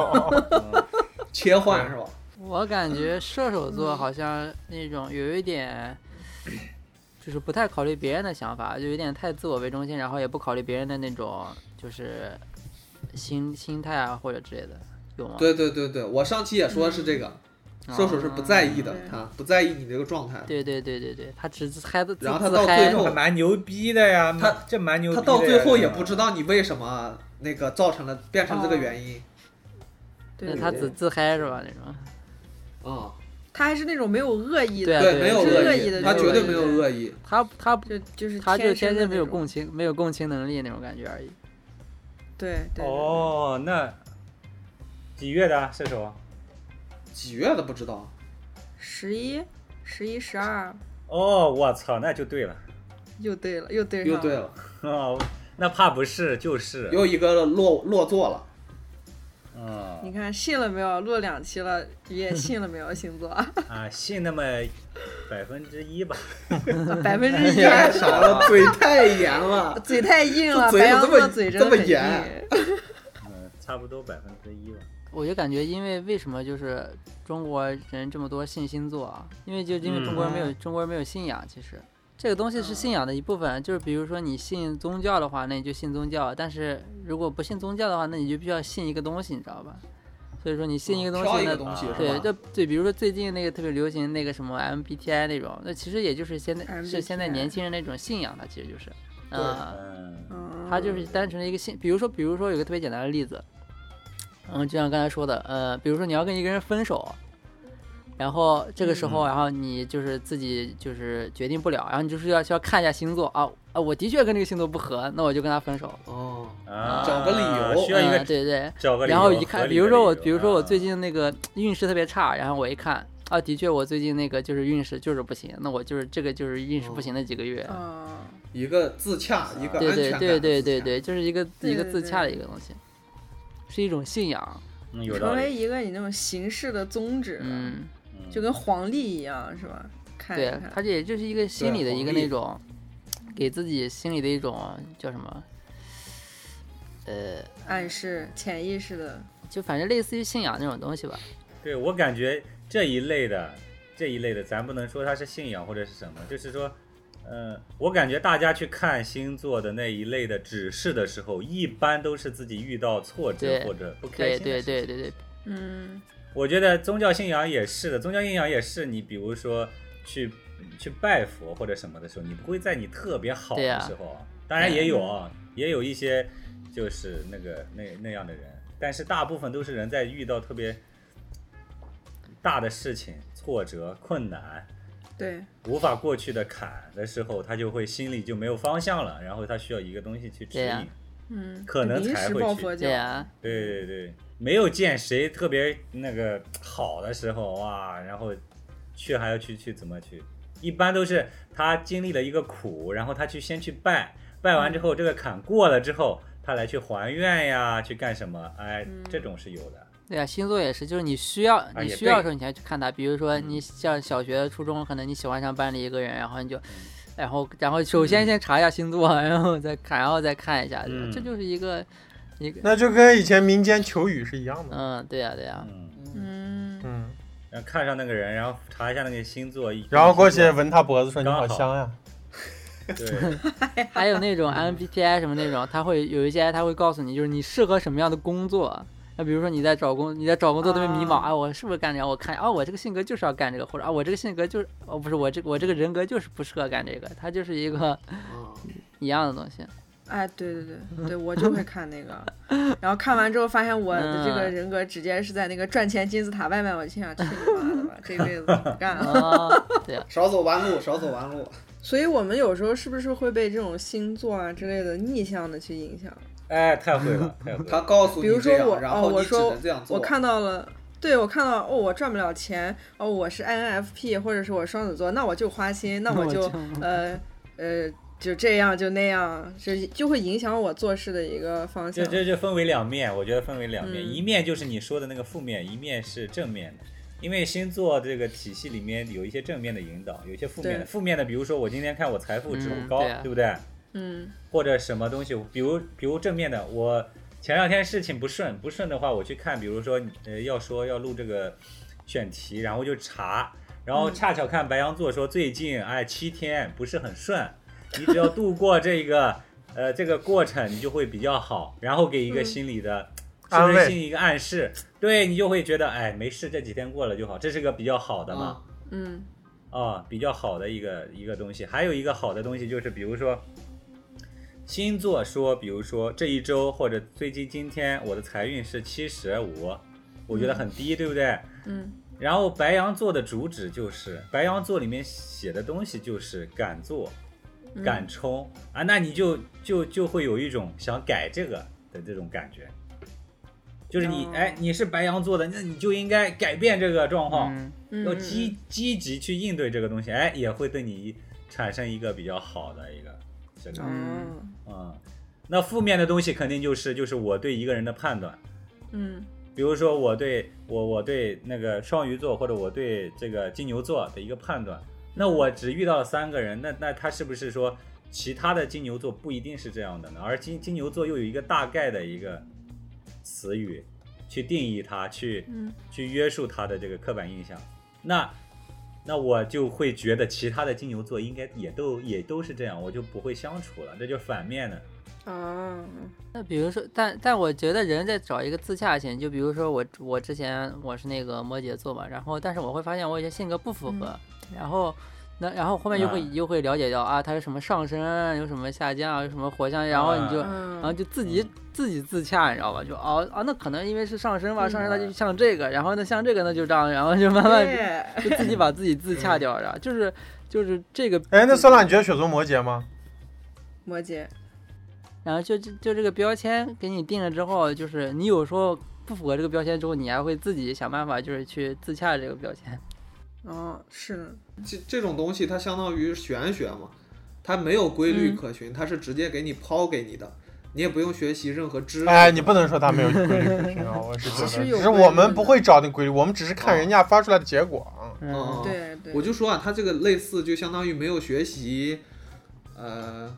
B: 嗯
C: 切换是吧？
E: 我感觉射手座好像那种有一点，就是不太考虑别人的想法，就有点太自我为中心，然后也不考虑别人的那种就是心心态啊或者之类的，有吗？
C: 对对对对，我上期也说是这个，射手是不在意的
A: 嗯，
C: 他不在意你这个状态。
E: 对对对对对，他只自嗨的自
C: 然后他
E: 自
C: 到
E: 嗨
C: 最后
B: 还蛮牛逼的呀，
C: 他
B: 这蛮牛逼
C: 他
B: 的呀。啊
C: 到最后
B: 这
C: 也
B: 个
C: 不知道你为什么那个造成了变成这个原因。
A: 对
E: 那
A: 对
E: 他
A: 对
E: 只自嗨是吧？那种
C: 啊，
A: 他还是那种没有恶意的，
E: 对
C: 对，没有
A: 是恶
C: 意
A: 意的
C: 他
A: 那
C: 绝
A: 种
C: 对
A: 人
C: 没有恶意。
E: 他他不
A: 就就是
E: 他就
A: 天的
E: 天生
A: 那
E: 没有
A: 种
E: 共情没有共情能力那种感觉而已。
A: 对对对
B: 哦，那几月的啊射手？
C: 几月的不知道，
A: 十一十一十二
B: 哦，我操，那就对了。
A: 又对了又对上
C: 又对了，
B: 哦，那怕不是就是。
C: 又一个落落座了。
B: 嗯
A: 你看信了没有？录两期了，你也信了没有？星 座
B: 啊，信那么百分之一吧。
A: 百分 之一，
C: 太傻了，嘴太 严了。
A: 嘴太硬了，
C: 这
A: 白
C: 嘴
A: 羊
C: 怎么
A: 座嘴真的
C: 这么
A: 很
C: 严啊
A: 硬。
B: 嗯，差不多百分之一吧。
E: 我就感觉，因为为什么就是中国人这么多信星座啊？因为就因为中国人没有、中国人没有信仰，其实这个东西是信仰的一部分。就是比如说你信宗教的话，那你就信宗教；但是如果不信宗教的话，那你就必须要信一个东西，你知道吧？所以说你信一个东
C: 嗯挑
E: 西，
C: 一个
E: 那
C: 东西是
E: 对，
C: 吧？
E: 就对，比如说最近那个特别流行那个什么 MBTI 那种，那其实也就是现在是现在
A: MBTI
E: 年轻人那种信仰，它其实就是，呃，
B: 嗯
A: 嗯
E: 它就是单纯的一个信，比如说，比如说有个特别简单的例子，嗯，就像刚才说的，呃，比如说你要跟一个人分手，然后这个时候，
B: 嗯
E: 然后你就是自己就是决定不了，然后你就是要需要看一下星座啊啊，我的确跟这个星座不合，那我就跟他分手，
C: 哦，
B: 啊，
E: 找
C: 个理由
B: 需要一
E: 嗯
B: 个
E: 对对，
B: 找个理由。
E: 然后一看，
B: 合理的
E: 比如说我，
B: 理由
E: 比如说我
B: 啊
E: 最近那个运势特别差，然后我一看，啊，的确我最近那个就是运势就是不行，那我就是这个就是运势不行的几个月，
B: 哦
A: 啊，
C: 一个自洽，一个
E: 对
C: 安
E: 对
C: 全感。
E: 对对对，对，就是一个
A: 对
E: 一个
A: 对
E: 自
A: 对
E: 洽的一个东西，是一种信仰，
B: 嗯有道
A: 成为
B: 理，
A: 一个你那种形式的宗旨，啊
E: 嗯，
B: 嗯
A: 就跟黄历一样，是吧？看一
E: 对，啊它
A: 看，
E: 这也就是一个心
C: 对
E: 理的一
C: 红
E: 个
C: 利
E: 那种，给自己心里的一种叫什么，呃，
A: 暗示潜意识的，
E: 就反正类似于信仰那种东西吧，
B: 对我感觉这一类的这一类的，咱不能说它是信仰或者是什么，就是说，呃，我感觉大家去看星座的那一类的指示的时候，一般都是自己遇到挫折
E: 对
B: 或者不开
E: 对
B: 心的
E: 对
B: 事情。
E: 对对对，
A: 嗯，
B: 我觉得宗教信仰也是的，宗教信仰也是你，比如说去去拜佛或者什么的时候，你不会在你特别好
E: 对呀
B: 的时候，当然
E: 嗯
B: 也有啊，也有一些就是那个那那样的人，但是大部分都是人在遇到特别大的事情、挫折、困难。
A: 对，
B: 无法过去的坎的时候，他就会心里就没有方向了，然后他需要一个东西去指
E: 对啊呀
B: 引。
A: 嗯，
B: 可能
A: 临
B: 才
A: 时
B: 会
A: 抱
B: 去
A: 佛脚
E: 对，啊，
B: 对对对，没有见谁特别那个好的时候哇，然后去还要去去怎么去？一般都是他经历了一个苦，然后他去先去拜，拜完之后这个坎过了之后，他来去还愿呀，去干什么？哎，这种是有的。
E: 对啊，星座也是，就是你需要
C: 啊
E: 你
B: 也
E: 需要
B: 对
E: 的时候你才去看它。比如说
C: 嗯
E: 你像小学、初中，可能你喜欢上班里一个人，然后你
C: 嗯
E: 就，然后然后首先先查一下星座， 然后再看，然后再看一下，对吧这
B: 嗯
E: 就是一个一个，
D: 那就跟以前民间求雨是一样的。
E: 嗯，对呀、对呀、
B: 嗯，
A: 嗯，
D: 嗯，
B: 然后看上那个人，然后查一下那个星座，
D: 然后过去闻他脖子说：“你
B: 刚
D: 好
B: 好
D: 香呀
B: 对，
E: 还有那种 MBTI 什么那种，他会有一些他会告诉你，就是你适合什么样的工作。那比如说你在找工你在找工作特别迷茫
A: 啊
E: 啊，我是不是干这个？我看啊，我这个性格就是要干这个，或者啊，我这个性格就是哦，不是我这我这个人格就是不适合干这个，它就是一个
C: 嗯，
E: 一样的东西。
A: 哎，对对对对，我就会看那 个，然后看完之后发现我的这个
E: 嗯
A: 人格直接是在那个赚钱金字塔外面，我就想去你妈的吧，这辈子不干 了。
E: 啊，对，
C: 少走弯路，少走弯路。
A: 所以我们有时候是不是会被这种星座啊之类的逆向的去影响？
B: 哎，太会了，太会
C: 他
B: 了。
C: 告诉
A: 比
C: 你
A: 如说
C: 这
A: 我，
C: 样，然
A: 哦，
C: 后
A: 我
C: 你只
A: 说
C: 能这样做。
A: 我看到了，对我看到哦，我赚不了钱，哦，我是 INFP 或者是我双子座，那我就花心，那我就呃呃就这样就那样，就就会影响我做事的一个方向
B: 这。这这分为两面，我觉得分为两面，
A: 嗯
B: 一面就是你说的那个负面，一面是正面的。因为星座这个体系里面有一些正面的引导，有一些负面
A: 对
B: 的。负面的，比如说我今天看我财富指数
E: 嗯
B: 高，
E: 对啊
B: 对不对？
A: 嗯
B: 或者什么东西，比如比如正面的，我前两天事情不顺，不顺的话，我去看，比如说呃要说要录这个选题，然后就查，然后恰巧看白羊座说最近哎七天不是很顺，你只要度过这个呃这个过程，你就会比较好，然后给一个心理的。是
D: 安
B: 不
D: 慰
B: 是心理一个暗示，对你就会觉得，哎，没事，这几天过了就好，这是个比较好的嘛。
C: 啊，
A: 嗯
B: 啊、比较好的一个一个东西。还有一个好的东西就是，比如说星座说，比如说这一周或者最近今天我的财运是七十五，我觉得很低，对不对？
A: 嗯
B: 然后白羊座的主旨就是，白羊座里面写的东西就是敢做、
A: 嗯，
B: 敢冲、啊，那你就就就会有一种想改这个的这种感觉。就是你，
A: 哦
B: 哎，你是白羊座的，那你就应该改变这个状况。
E: 嗯，
A: 嗯
B: 要
A: 嗯
B: 积积极去应对这个东西，哎，也会对你产生一个比较好的一个这个
A: 嗯哦
B: 嗯。那负面的东西肯定就是就是我对一个人的判断，
A: 嗯
B: 比如说我对我我对那个双鱼座或者我对这个金牛座的一个判断，那我只遇到了三个人，那那他是不是说其他的金牛座不一定是这样的呢？而金金牛座又有一个大概的一个词语去定义它，去
A: 嗯
B: 去约束他的这个刻板印象，那那我就会觉得其他的金牛座应该也都也都是这样，我就不会相处了，这就是反面的。
A: 啊
E: 那比如说，但但我觉得人在找一个自洽性，就比如说我我之前我是那个摩羯座嘛，然后但是我会发现我有些性格不符合，然后那然后后面又会、
B: 嗯
E: 又会了解到啊，它有什么上升，有什么下降，啊有什么火象，然后你就、然后
A: 嗯
E: 就自己、自己自洽，你知道吧？就哦啊，那可能因为是上升吧，
A: 嗯
E: 上升它就像这个，然后呢像这个呢就这样，然后就慢慢
A: 对嗯
E: 就自己把自己自洽掉，然后就是就是这个！”
D: 哎，那酸辣，你觉得雪松摩羯吗？
A: 摩羯，
E: 然后就就就这个标签给你定了之后，就是你有时候不符合这个标签之后，你还会自己想办法，就是去自洽这个标签。
A: 哦是呢，
C: 这这种东西它相当于玄学嘛，它没有规律
E: 嗯
C: 可循，它是直接给你抛给你的，你也不用学习任何知识。
D: 哎，你不能说他没有规律可循啊，我是觉
A: 其实
D: 得，
A: 有
D: 只是
A: 规律
D: 我们
A: 的
D: 不会找那规律，我们只是看人家发出来的结果啊。
C: 嗯，嗯，
A: 对对，
C: 我就说啊，它这个类似就相当于没有学习，呃，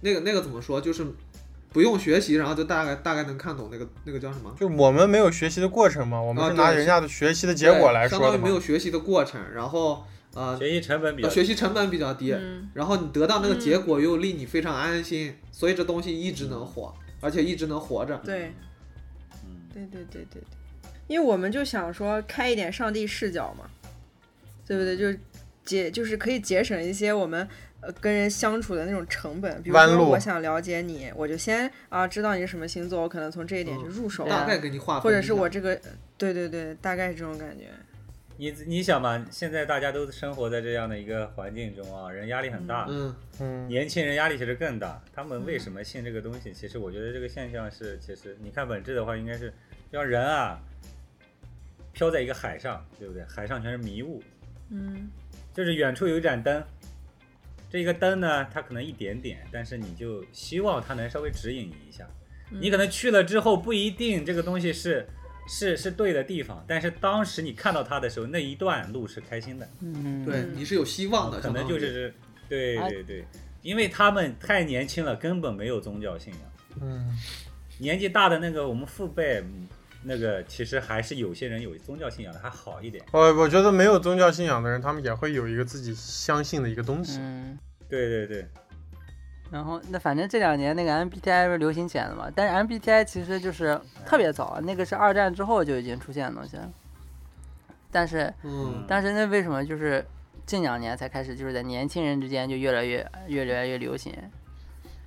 C: 那个那个怎么说，就是不用学习，然后就大概大概能看懂那个那个叫什么？
D: 就我们没有学习的过程嘛，我们
C: 啊
D: 是拿
C: 对
D: 人家的学习的结果来
C: 相
D: 说
C: 当
D: 的
C: 于没
D: 嘛。
C: 有学习的过程，然后呃，
B: 学习成本比较
C: 呃学习成本比较低，
A: 嗯
C: 然后你得到那个结果又令你非常安心，所以这东西一直能火，而且一直能活着。
A: 对。
B: 嗯，
A: 对对对对对，因为我们就想说开一点上帝视角嘛，对不对？就是节就是可以节省一些我们呃跟人相处的那种成本。比如
D: 弯
A: 说
D: 路
A: 我想了解你，我就先啊知道你是什么星座，我可能从这一点去
C: 嗯
A: 入手
E: 对
A: 吧，
C: 大概给你划分
A: 啊或
C: 一下，
A: 者是我这个对对对，大概是这种感觉。
B: 你你想嘛，现在大家都生活在这样的一个环境中啊，人压力很大，
C: 嗯，
D: 嗯，
B: 年轻人压力其实更大。他们为什么信这个东西？其实我觉得这个现象是，其实你看本质的话，应该是让人啊飘在一个海上，对不对？海上全是迷雾，
A: 嗯
B: 就是远处有一盏灯，这个灯呢，它可能一点点，但是你就希望它能稍微指引你一下。
E: 嗯
B: 你可能去了之后不一定这个东西是是是对的地方，但是当时你看到它的时候，那一段路是开心的，
E: 嗯，
C: 对，你是有希望的，
B: 可能就
C: 相当于
B: 是对
E: 哎
B: 对对，因为他们太年轻了，根本没有宗教信仰。
D: 嗯，
B: 年纪大的那个我们父辈，嗯那个其实还是有些人有宗教信仰的还好一点。
D: 我我觉得没有宗教信仰的人，他们也会有一个自己相信的一个东西。
E: 嗯。
B: 对对对，
E: 然后，那反正这两年那个 MBTI 不是流行起来了嘛？但是 MBTI 其实就是特别早，啊那个是二战之后就已经出现的东西了。但是，
C: 嗯，
E: 但是那为什么就是近两年才开始，就是在年轻人之间就越来越越来越流行？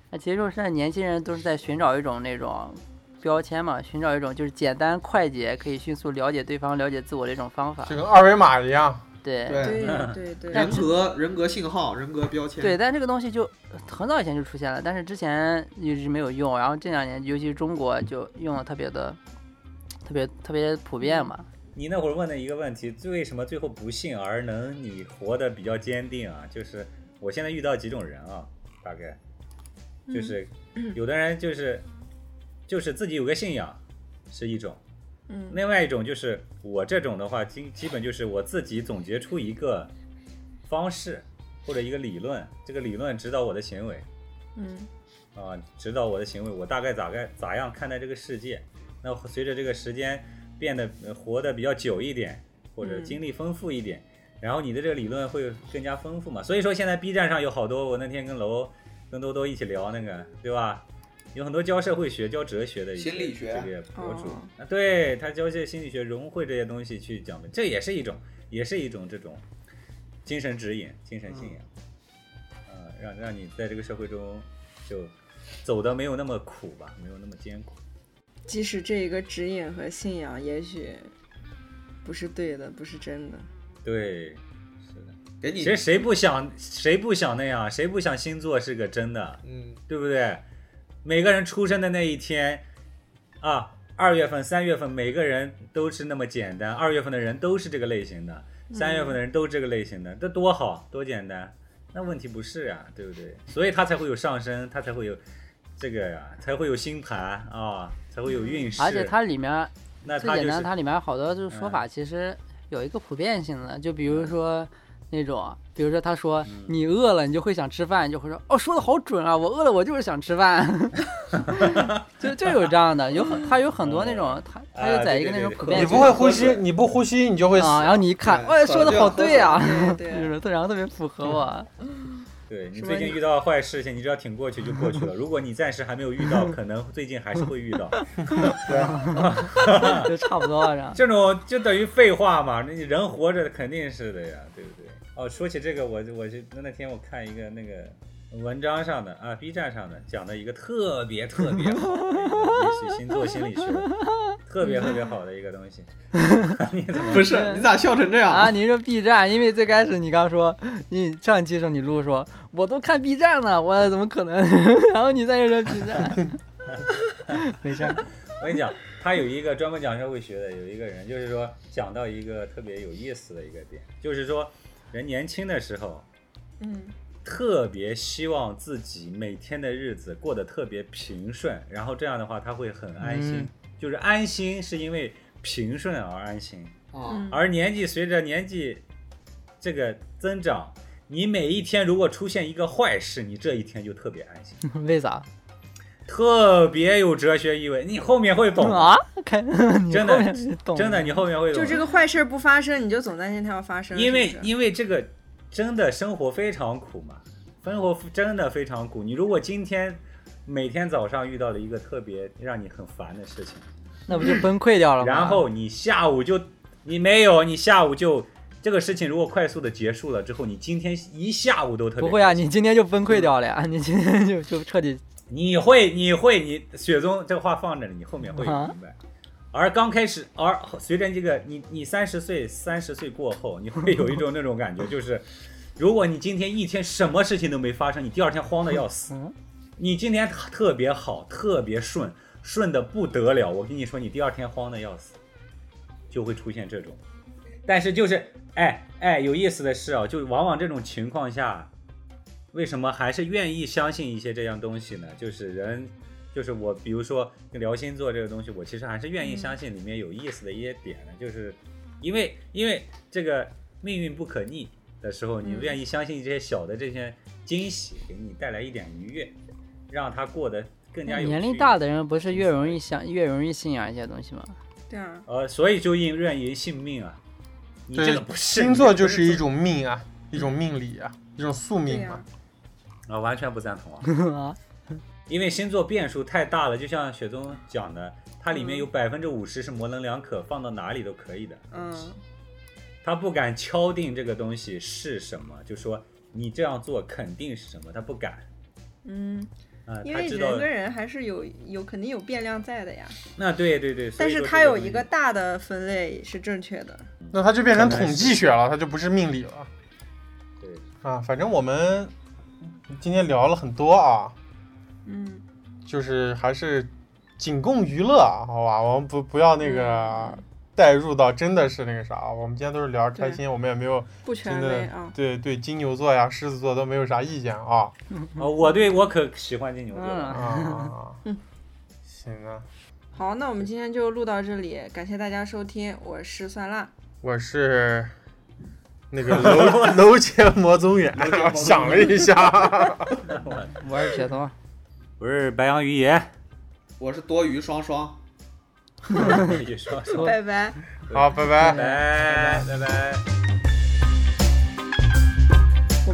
E: 那其实说现在年轻人都是在寻找一种那种标签嘛，寻找一种就是简单快捷，可以迅速了解对方、了解自我的一种方法
D: 就。跟二维码一样，
E: 对
B: 嗯
C: 对，
A: 嗯对对对，
C: 人格人格信号、人格标签，
E: 对，但这个东西就很早以前就出现了，但是之前一直没有用，然后这两年，尤其是中国就用的特别的，特别特别普遍嘛。
B: 你那会儿问的一个问题，为什么最后不幸而能你活得比较坚定啊？就是我现在遇到几种人啊，大概
A: 嗯
B: 就是有的人就是就是自己有个信仰是一种，
A: 嗯
B: 另外一种就是我这种的话，基基本就是我自己总结出一个方式或者一个理论，这个理论指导我的行为
A: 嗯
B: 啊、指导我的行为，我大概咋该咋样看待这个世界。那随着这个时间变得呃活得比较久一点，或者
A: 嗯
B: 经历丰富一点，然后你的这个理论会更加丰富嘛。所以说现在 B 站上有好多，我那天跟楼跟多多一起聊那个，对吧？有很多教社会学、教哲学的一些
C: 心理学
B: 这个博主，
A: 哦
B: 啊，对他教一些心理学融汇这些东西去讲的，这也是一种，也是一种这种精神指引、精神信仰，呃，让让你在这个社会中就走的没有那么苦吧，没有那么艰苦。
A: 即使这一个指引和信仰，也许不是对的，不是真的。
B: 对，是的。
C: 给你
B: 其实谁不想谁不想那样，谁不想星座是个真的，
C: 嗯，
B: 对不对？每个人出生的那一天啊，二月份、三月份，每个人都是那么简单。二月份的人都是这个类型的，
E: 嗯
B: 三月份的人都是这个类型的，这多好，多简单。那问题不是呀、对不对？所以它才会有上升，它才会有这个呀、才会有星盘啊，才会有运势。
E: 而且它里面
B: 那
E: 最
B: 它
E: 简
B: 就
E: 单，
B: 是
E: 它里面好多就是说法其实有一个普遍性的，就比如说那种，比如说他说你饿了，你就会想吃饭，你就会说哦，说的好准啊，我饿了，我就是想吃饭， 就就有这样的，有很他有很多那种，他他就在一个那种普遍
D: 你
E: 性的
D: 不会呼吸，你不呼吸你就会死。
E: 啊，然后你一看，
C: 对
E: 哎，说的好对啊，
A: 对
E: 就
A: 对，
E: 是特然后特别符合我。
B: 对你
A: 什
B: 最
A: 么
B: 近遇到坏事情，你只要挺过去就过去了。如果你暂时还没有遇到，可能最近还是会遇到。
E: 就差不多啊了。
B: 这种就等于废话嘛，那你人活着肯定是的呀，对不对？哦，说起这个，我就我就那天我看一个那个文章上的啊，B 站上的讲的一个特别特别好的一个类似于星座心理学，特别特别好的一个东西。你怎么
C: 不是你咋笑成这样
E: 啊，？你说 B 站，因为最开始你刚说，你上一期时候你录说，我都看 B 站了，我怎么可能？ 然后你再说 B 站，没事儿，
B: 我跟你讲，他有一个专门讲社会学的，有一个人就是说讲到一个特别有意思的一个点，就是说人年轻的时候
A: 嗯
B: 特别希望自己每天的日子过得特别平顺，然后这样的话他会很安心，
E: 嗯
B: 就是安心是因为平顺而安心，
C: 啊，
A: 嗯
B: 而年纪随着年纪这个增长，你每一天如果出现一个坏事，你这一天就特别安心，
E: 为啥
B: 特别有哲学意味，你后面会懂，
E: 啊？看，你
B: 真的
E: 后面是懂
B: 真的，你后面会懂
A: 就
B: 的，
A: 这个坏事儿不发生，你就总担心它要发生，
B: 因为
A: 是不是
B: 因为这个真的生活非常苦嘛，生活真的非常苦。你如果今天每天早上遇到了一个特别让你很烦的事情，
E: 那不就崩溃掉了吗？
B: 然后你下午就你没有，你下午就这个事情如果快速的结束了之后，你今天一下午都特别
E: 不会啊，
B: 开心嗯
E: 你今天就崩溃掉了呀， 你今天就就彻底
B: 你会你会你雪宗这个话放着呢，你后面会
E: 啊
B: 明白。而刚开始，而随着这个你你三十岁三十岁过后，你会有一种那种感 觉，就是如果你今天一天什么事情都没发生，你第二天慌的要死
E: 嗯。
B: 你今天特别好，特别顺，顺的不得了。我跟你说，你第二天慌的要死，就会出现这种。但是就是，哎哎，有意思的是啊，就是往往这种情况下，为什么还是愿意相信一些这样东西呢？就是人，就是我，比如说聊星座这个东西，我其实还是愿意相信里面有意思的一些点的，就是因为因为这个命运不可逆的时候，你
A: 嗯
B: 愿意相信这些小的这些惊喜，给你带来一点愉悦，让它过得更加有趣。
E: 年龄大的人不是越容易想越容易信仰一些东西吗？
A: 对啊，
B: 呃，所以就应愿意信命啊。你这
D: 对
B: 个不，是
D: 星座
B: 你这
D: 就
B: 个
D: 是一种命啊，一种命理啊，一种宿
A: 对
D: 命
A: 呀、
D: 嘛。
B: 啊，完全不赞同啊，
E: 啊，
B: 因为星座变数太大了，就像雪宗讲的，它里面
D: 嗯
B: 有百分之五十是模棱两可，放到哪里都可以的。
A: 嗯，
B: 他不敢敲定这个东西是什么，就说你这样做肯定是什么，他不敢。
A: 嗯，
B: 啊、
A: 因
B: 他
A: 为
B: 知道
A: 人跟人还是有有肯定有变量在的呀，
B: 那对对对，所
A: 但
B: 以
A: 是
B: 说
A: 它
B: 这
A: 有
B: 东
A: 一
B: 西
A: 个大的分类是正确的，
D: 那它就变成
B: 可能是
D: 统计学了，它就不是命理了
B: 对
D: 啊。反正我们今天聊了很多啊，
A: 嗯，
D: 就是还是仅供娱乐啊，好吧？我们不不要那
A: 嗯
D: 个带入到真的是那个啥啊，我们今天都是聊着开心，我们也没有
A: 不
D: 真
A: 权威
D: 的
A: 啊，
D: 对对金牛座呀、狮子座都没有啥意见啊
B: 啊，我对我可喜欢金牛座了。
D: 啊
E: 嗯，
D: 啊。啊行啊，
A: 好，那我们今天就录到这里，感谢大家收听，我是酸辣，
D: 我是那个楼楼前魔宗远，想了一下，
E: 我是雪松，
B: 我是白羊鱼爷，
C: 我是多余双双。
B: 也说
E: 我
A: 拜拜。
D: 好，拜拜。
B: 拜拜拜。
A: 我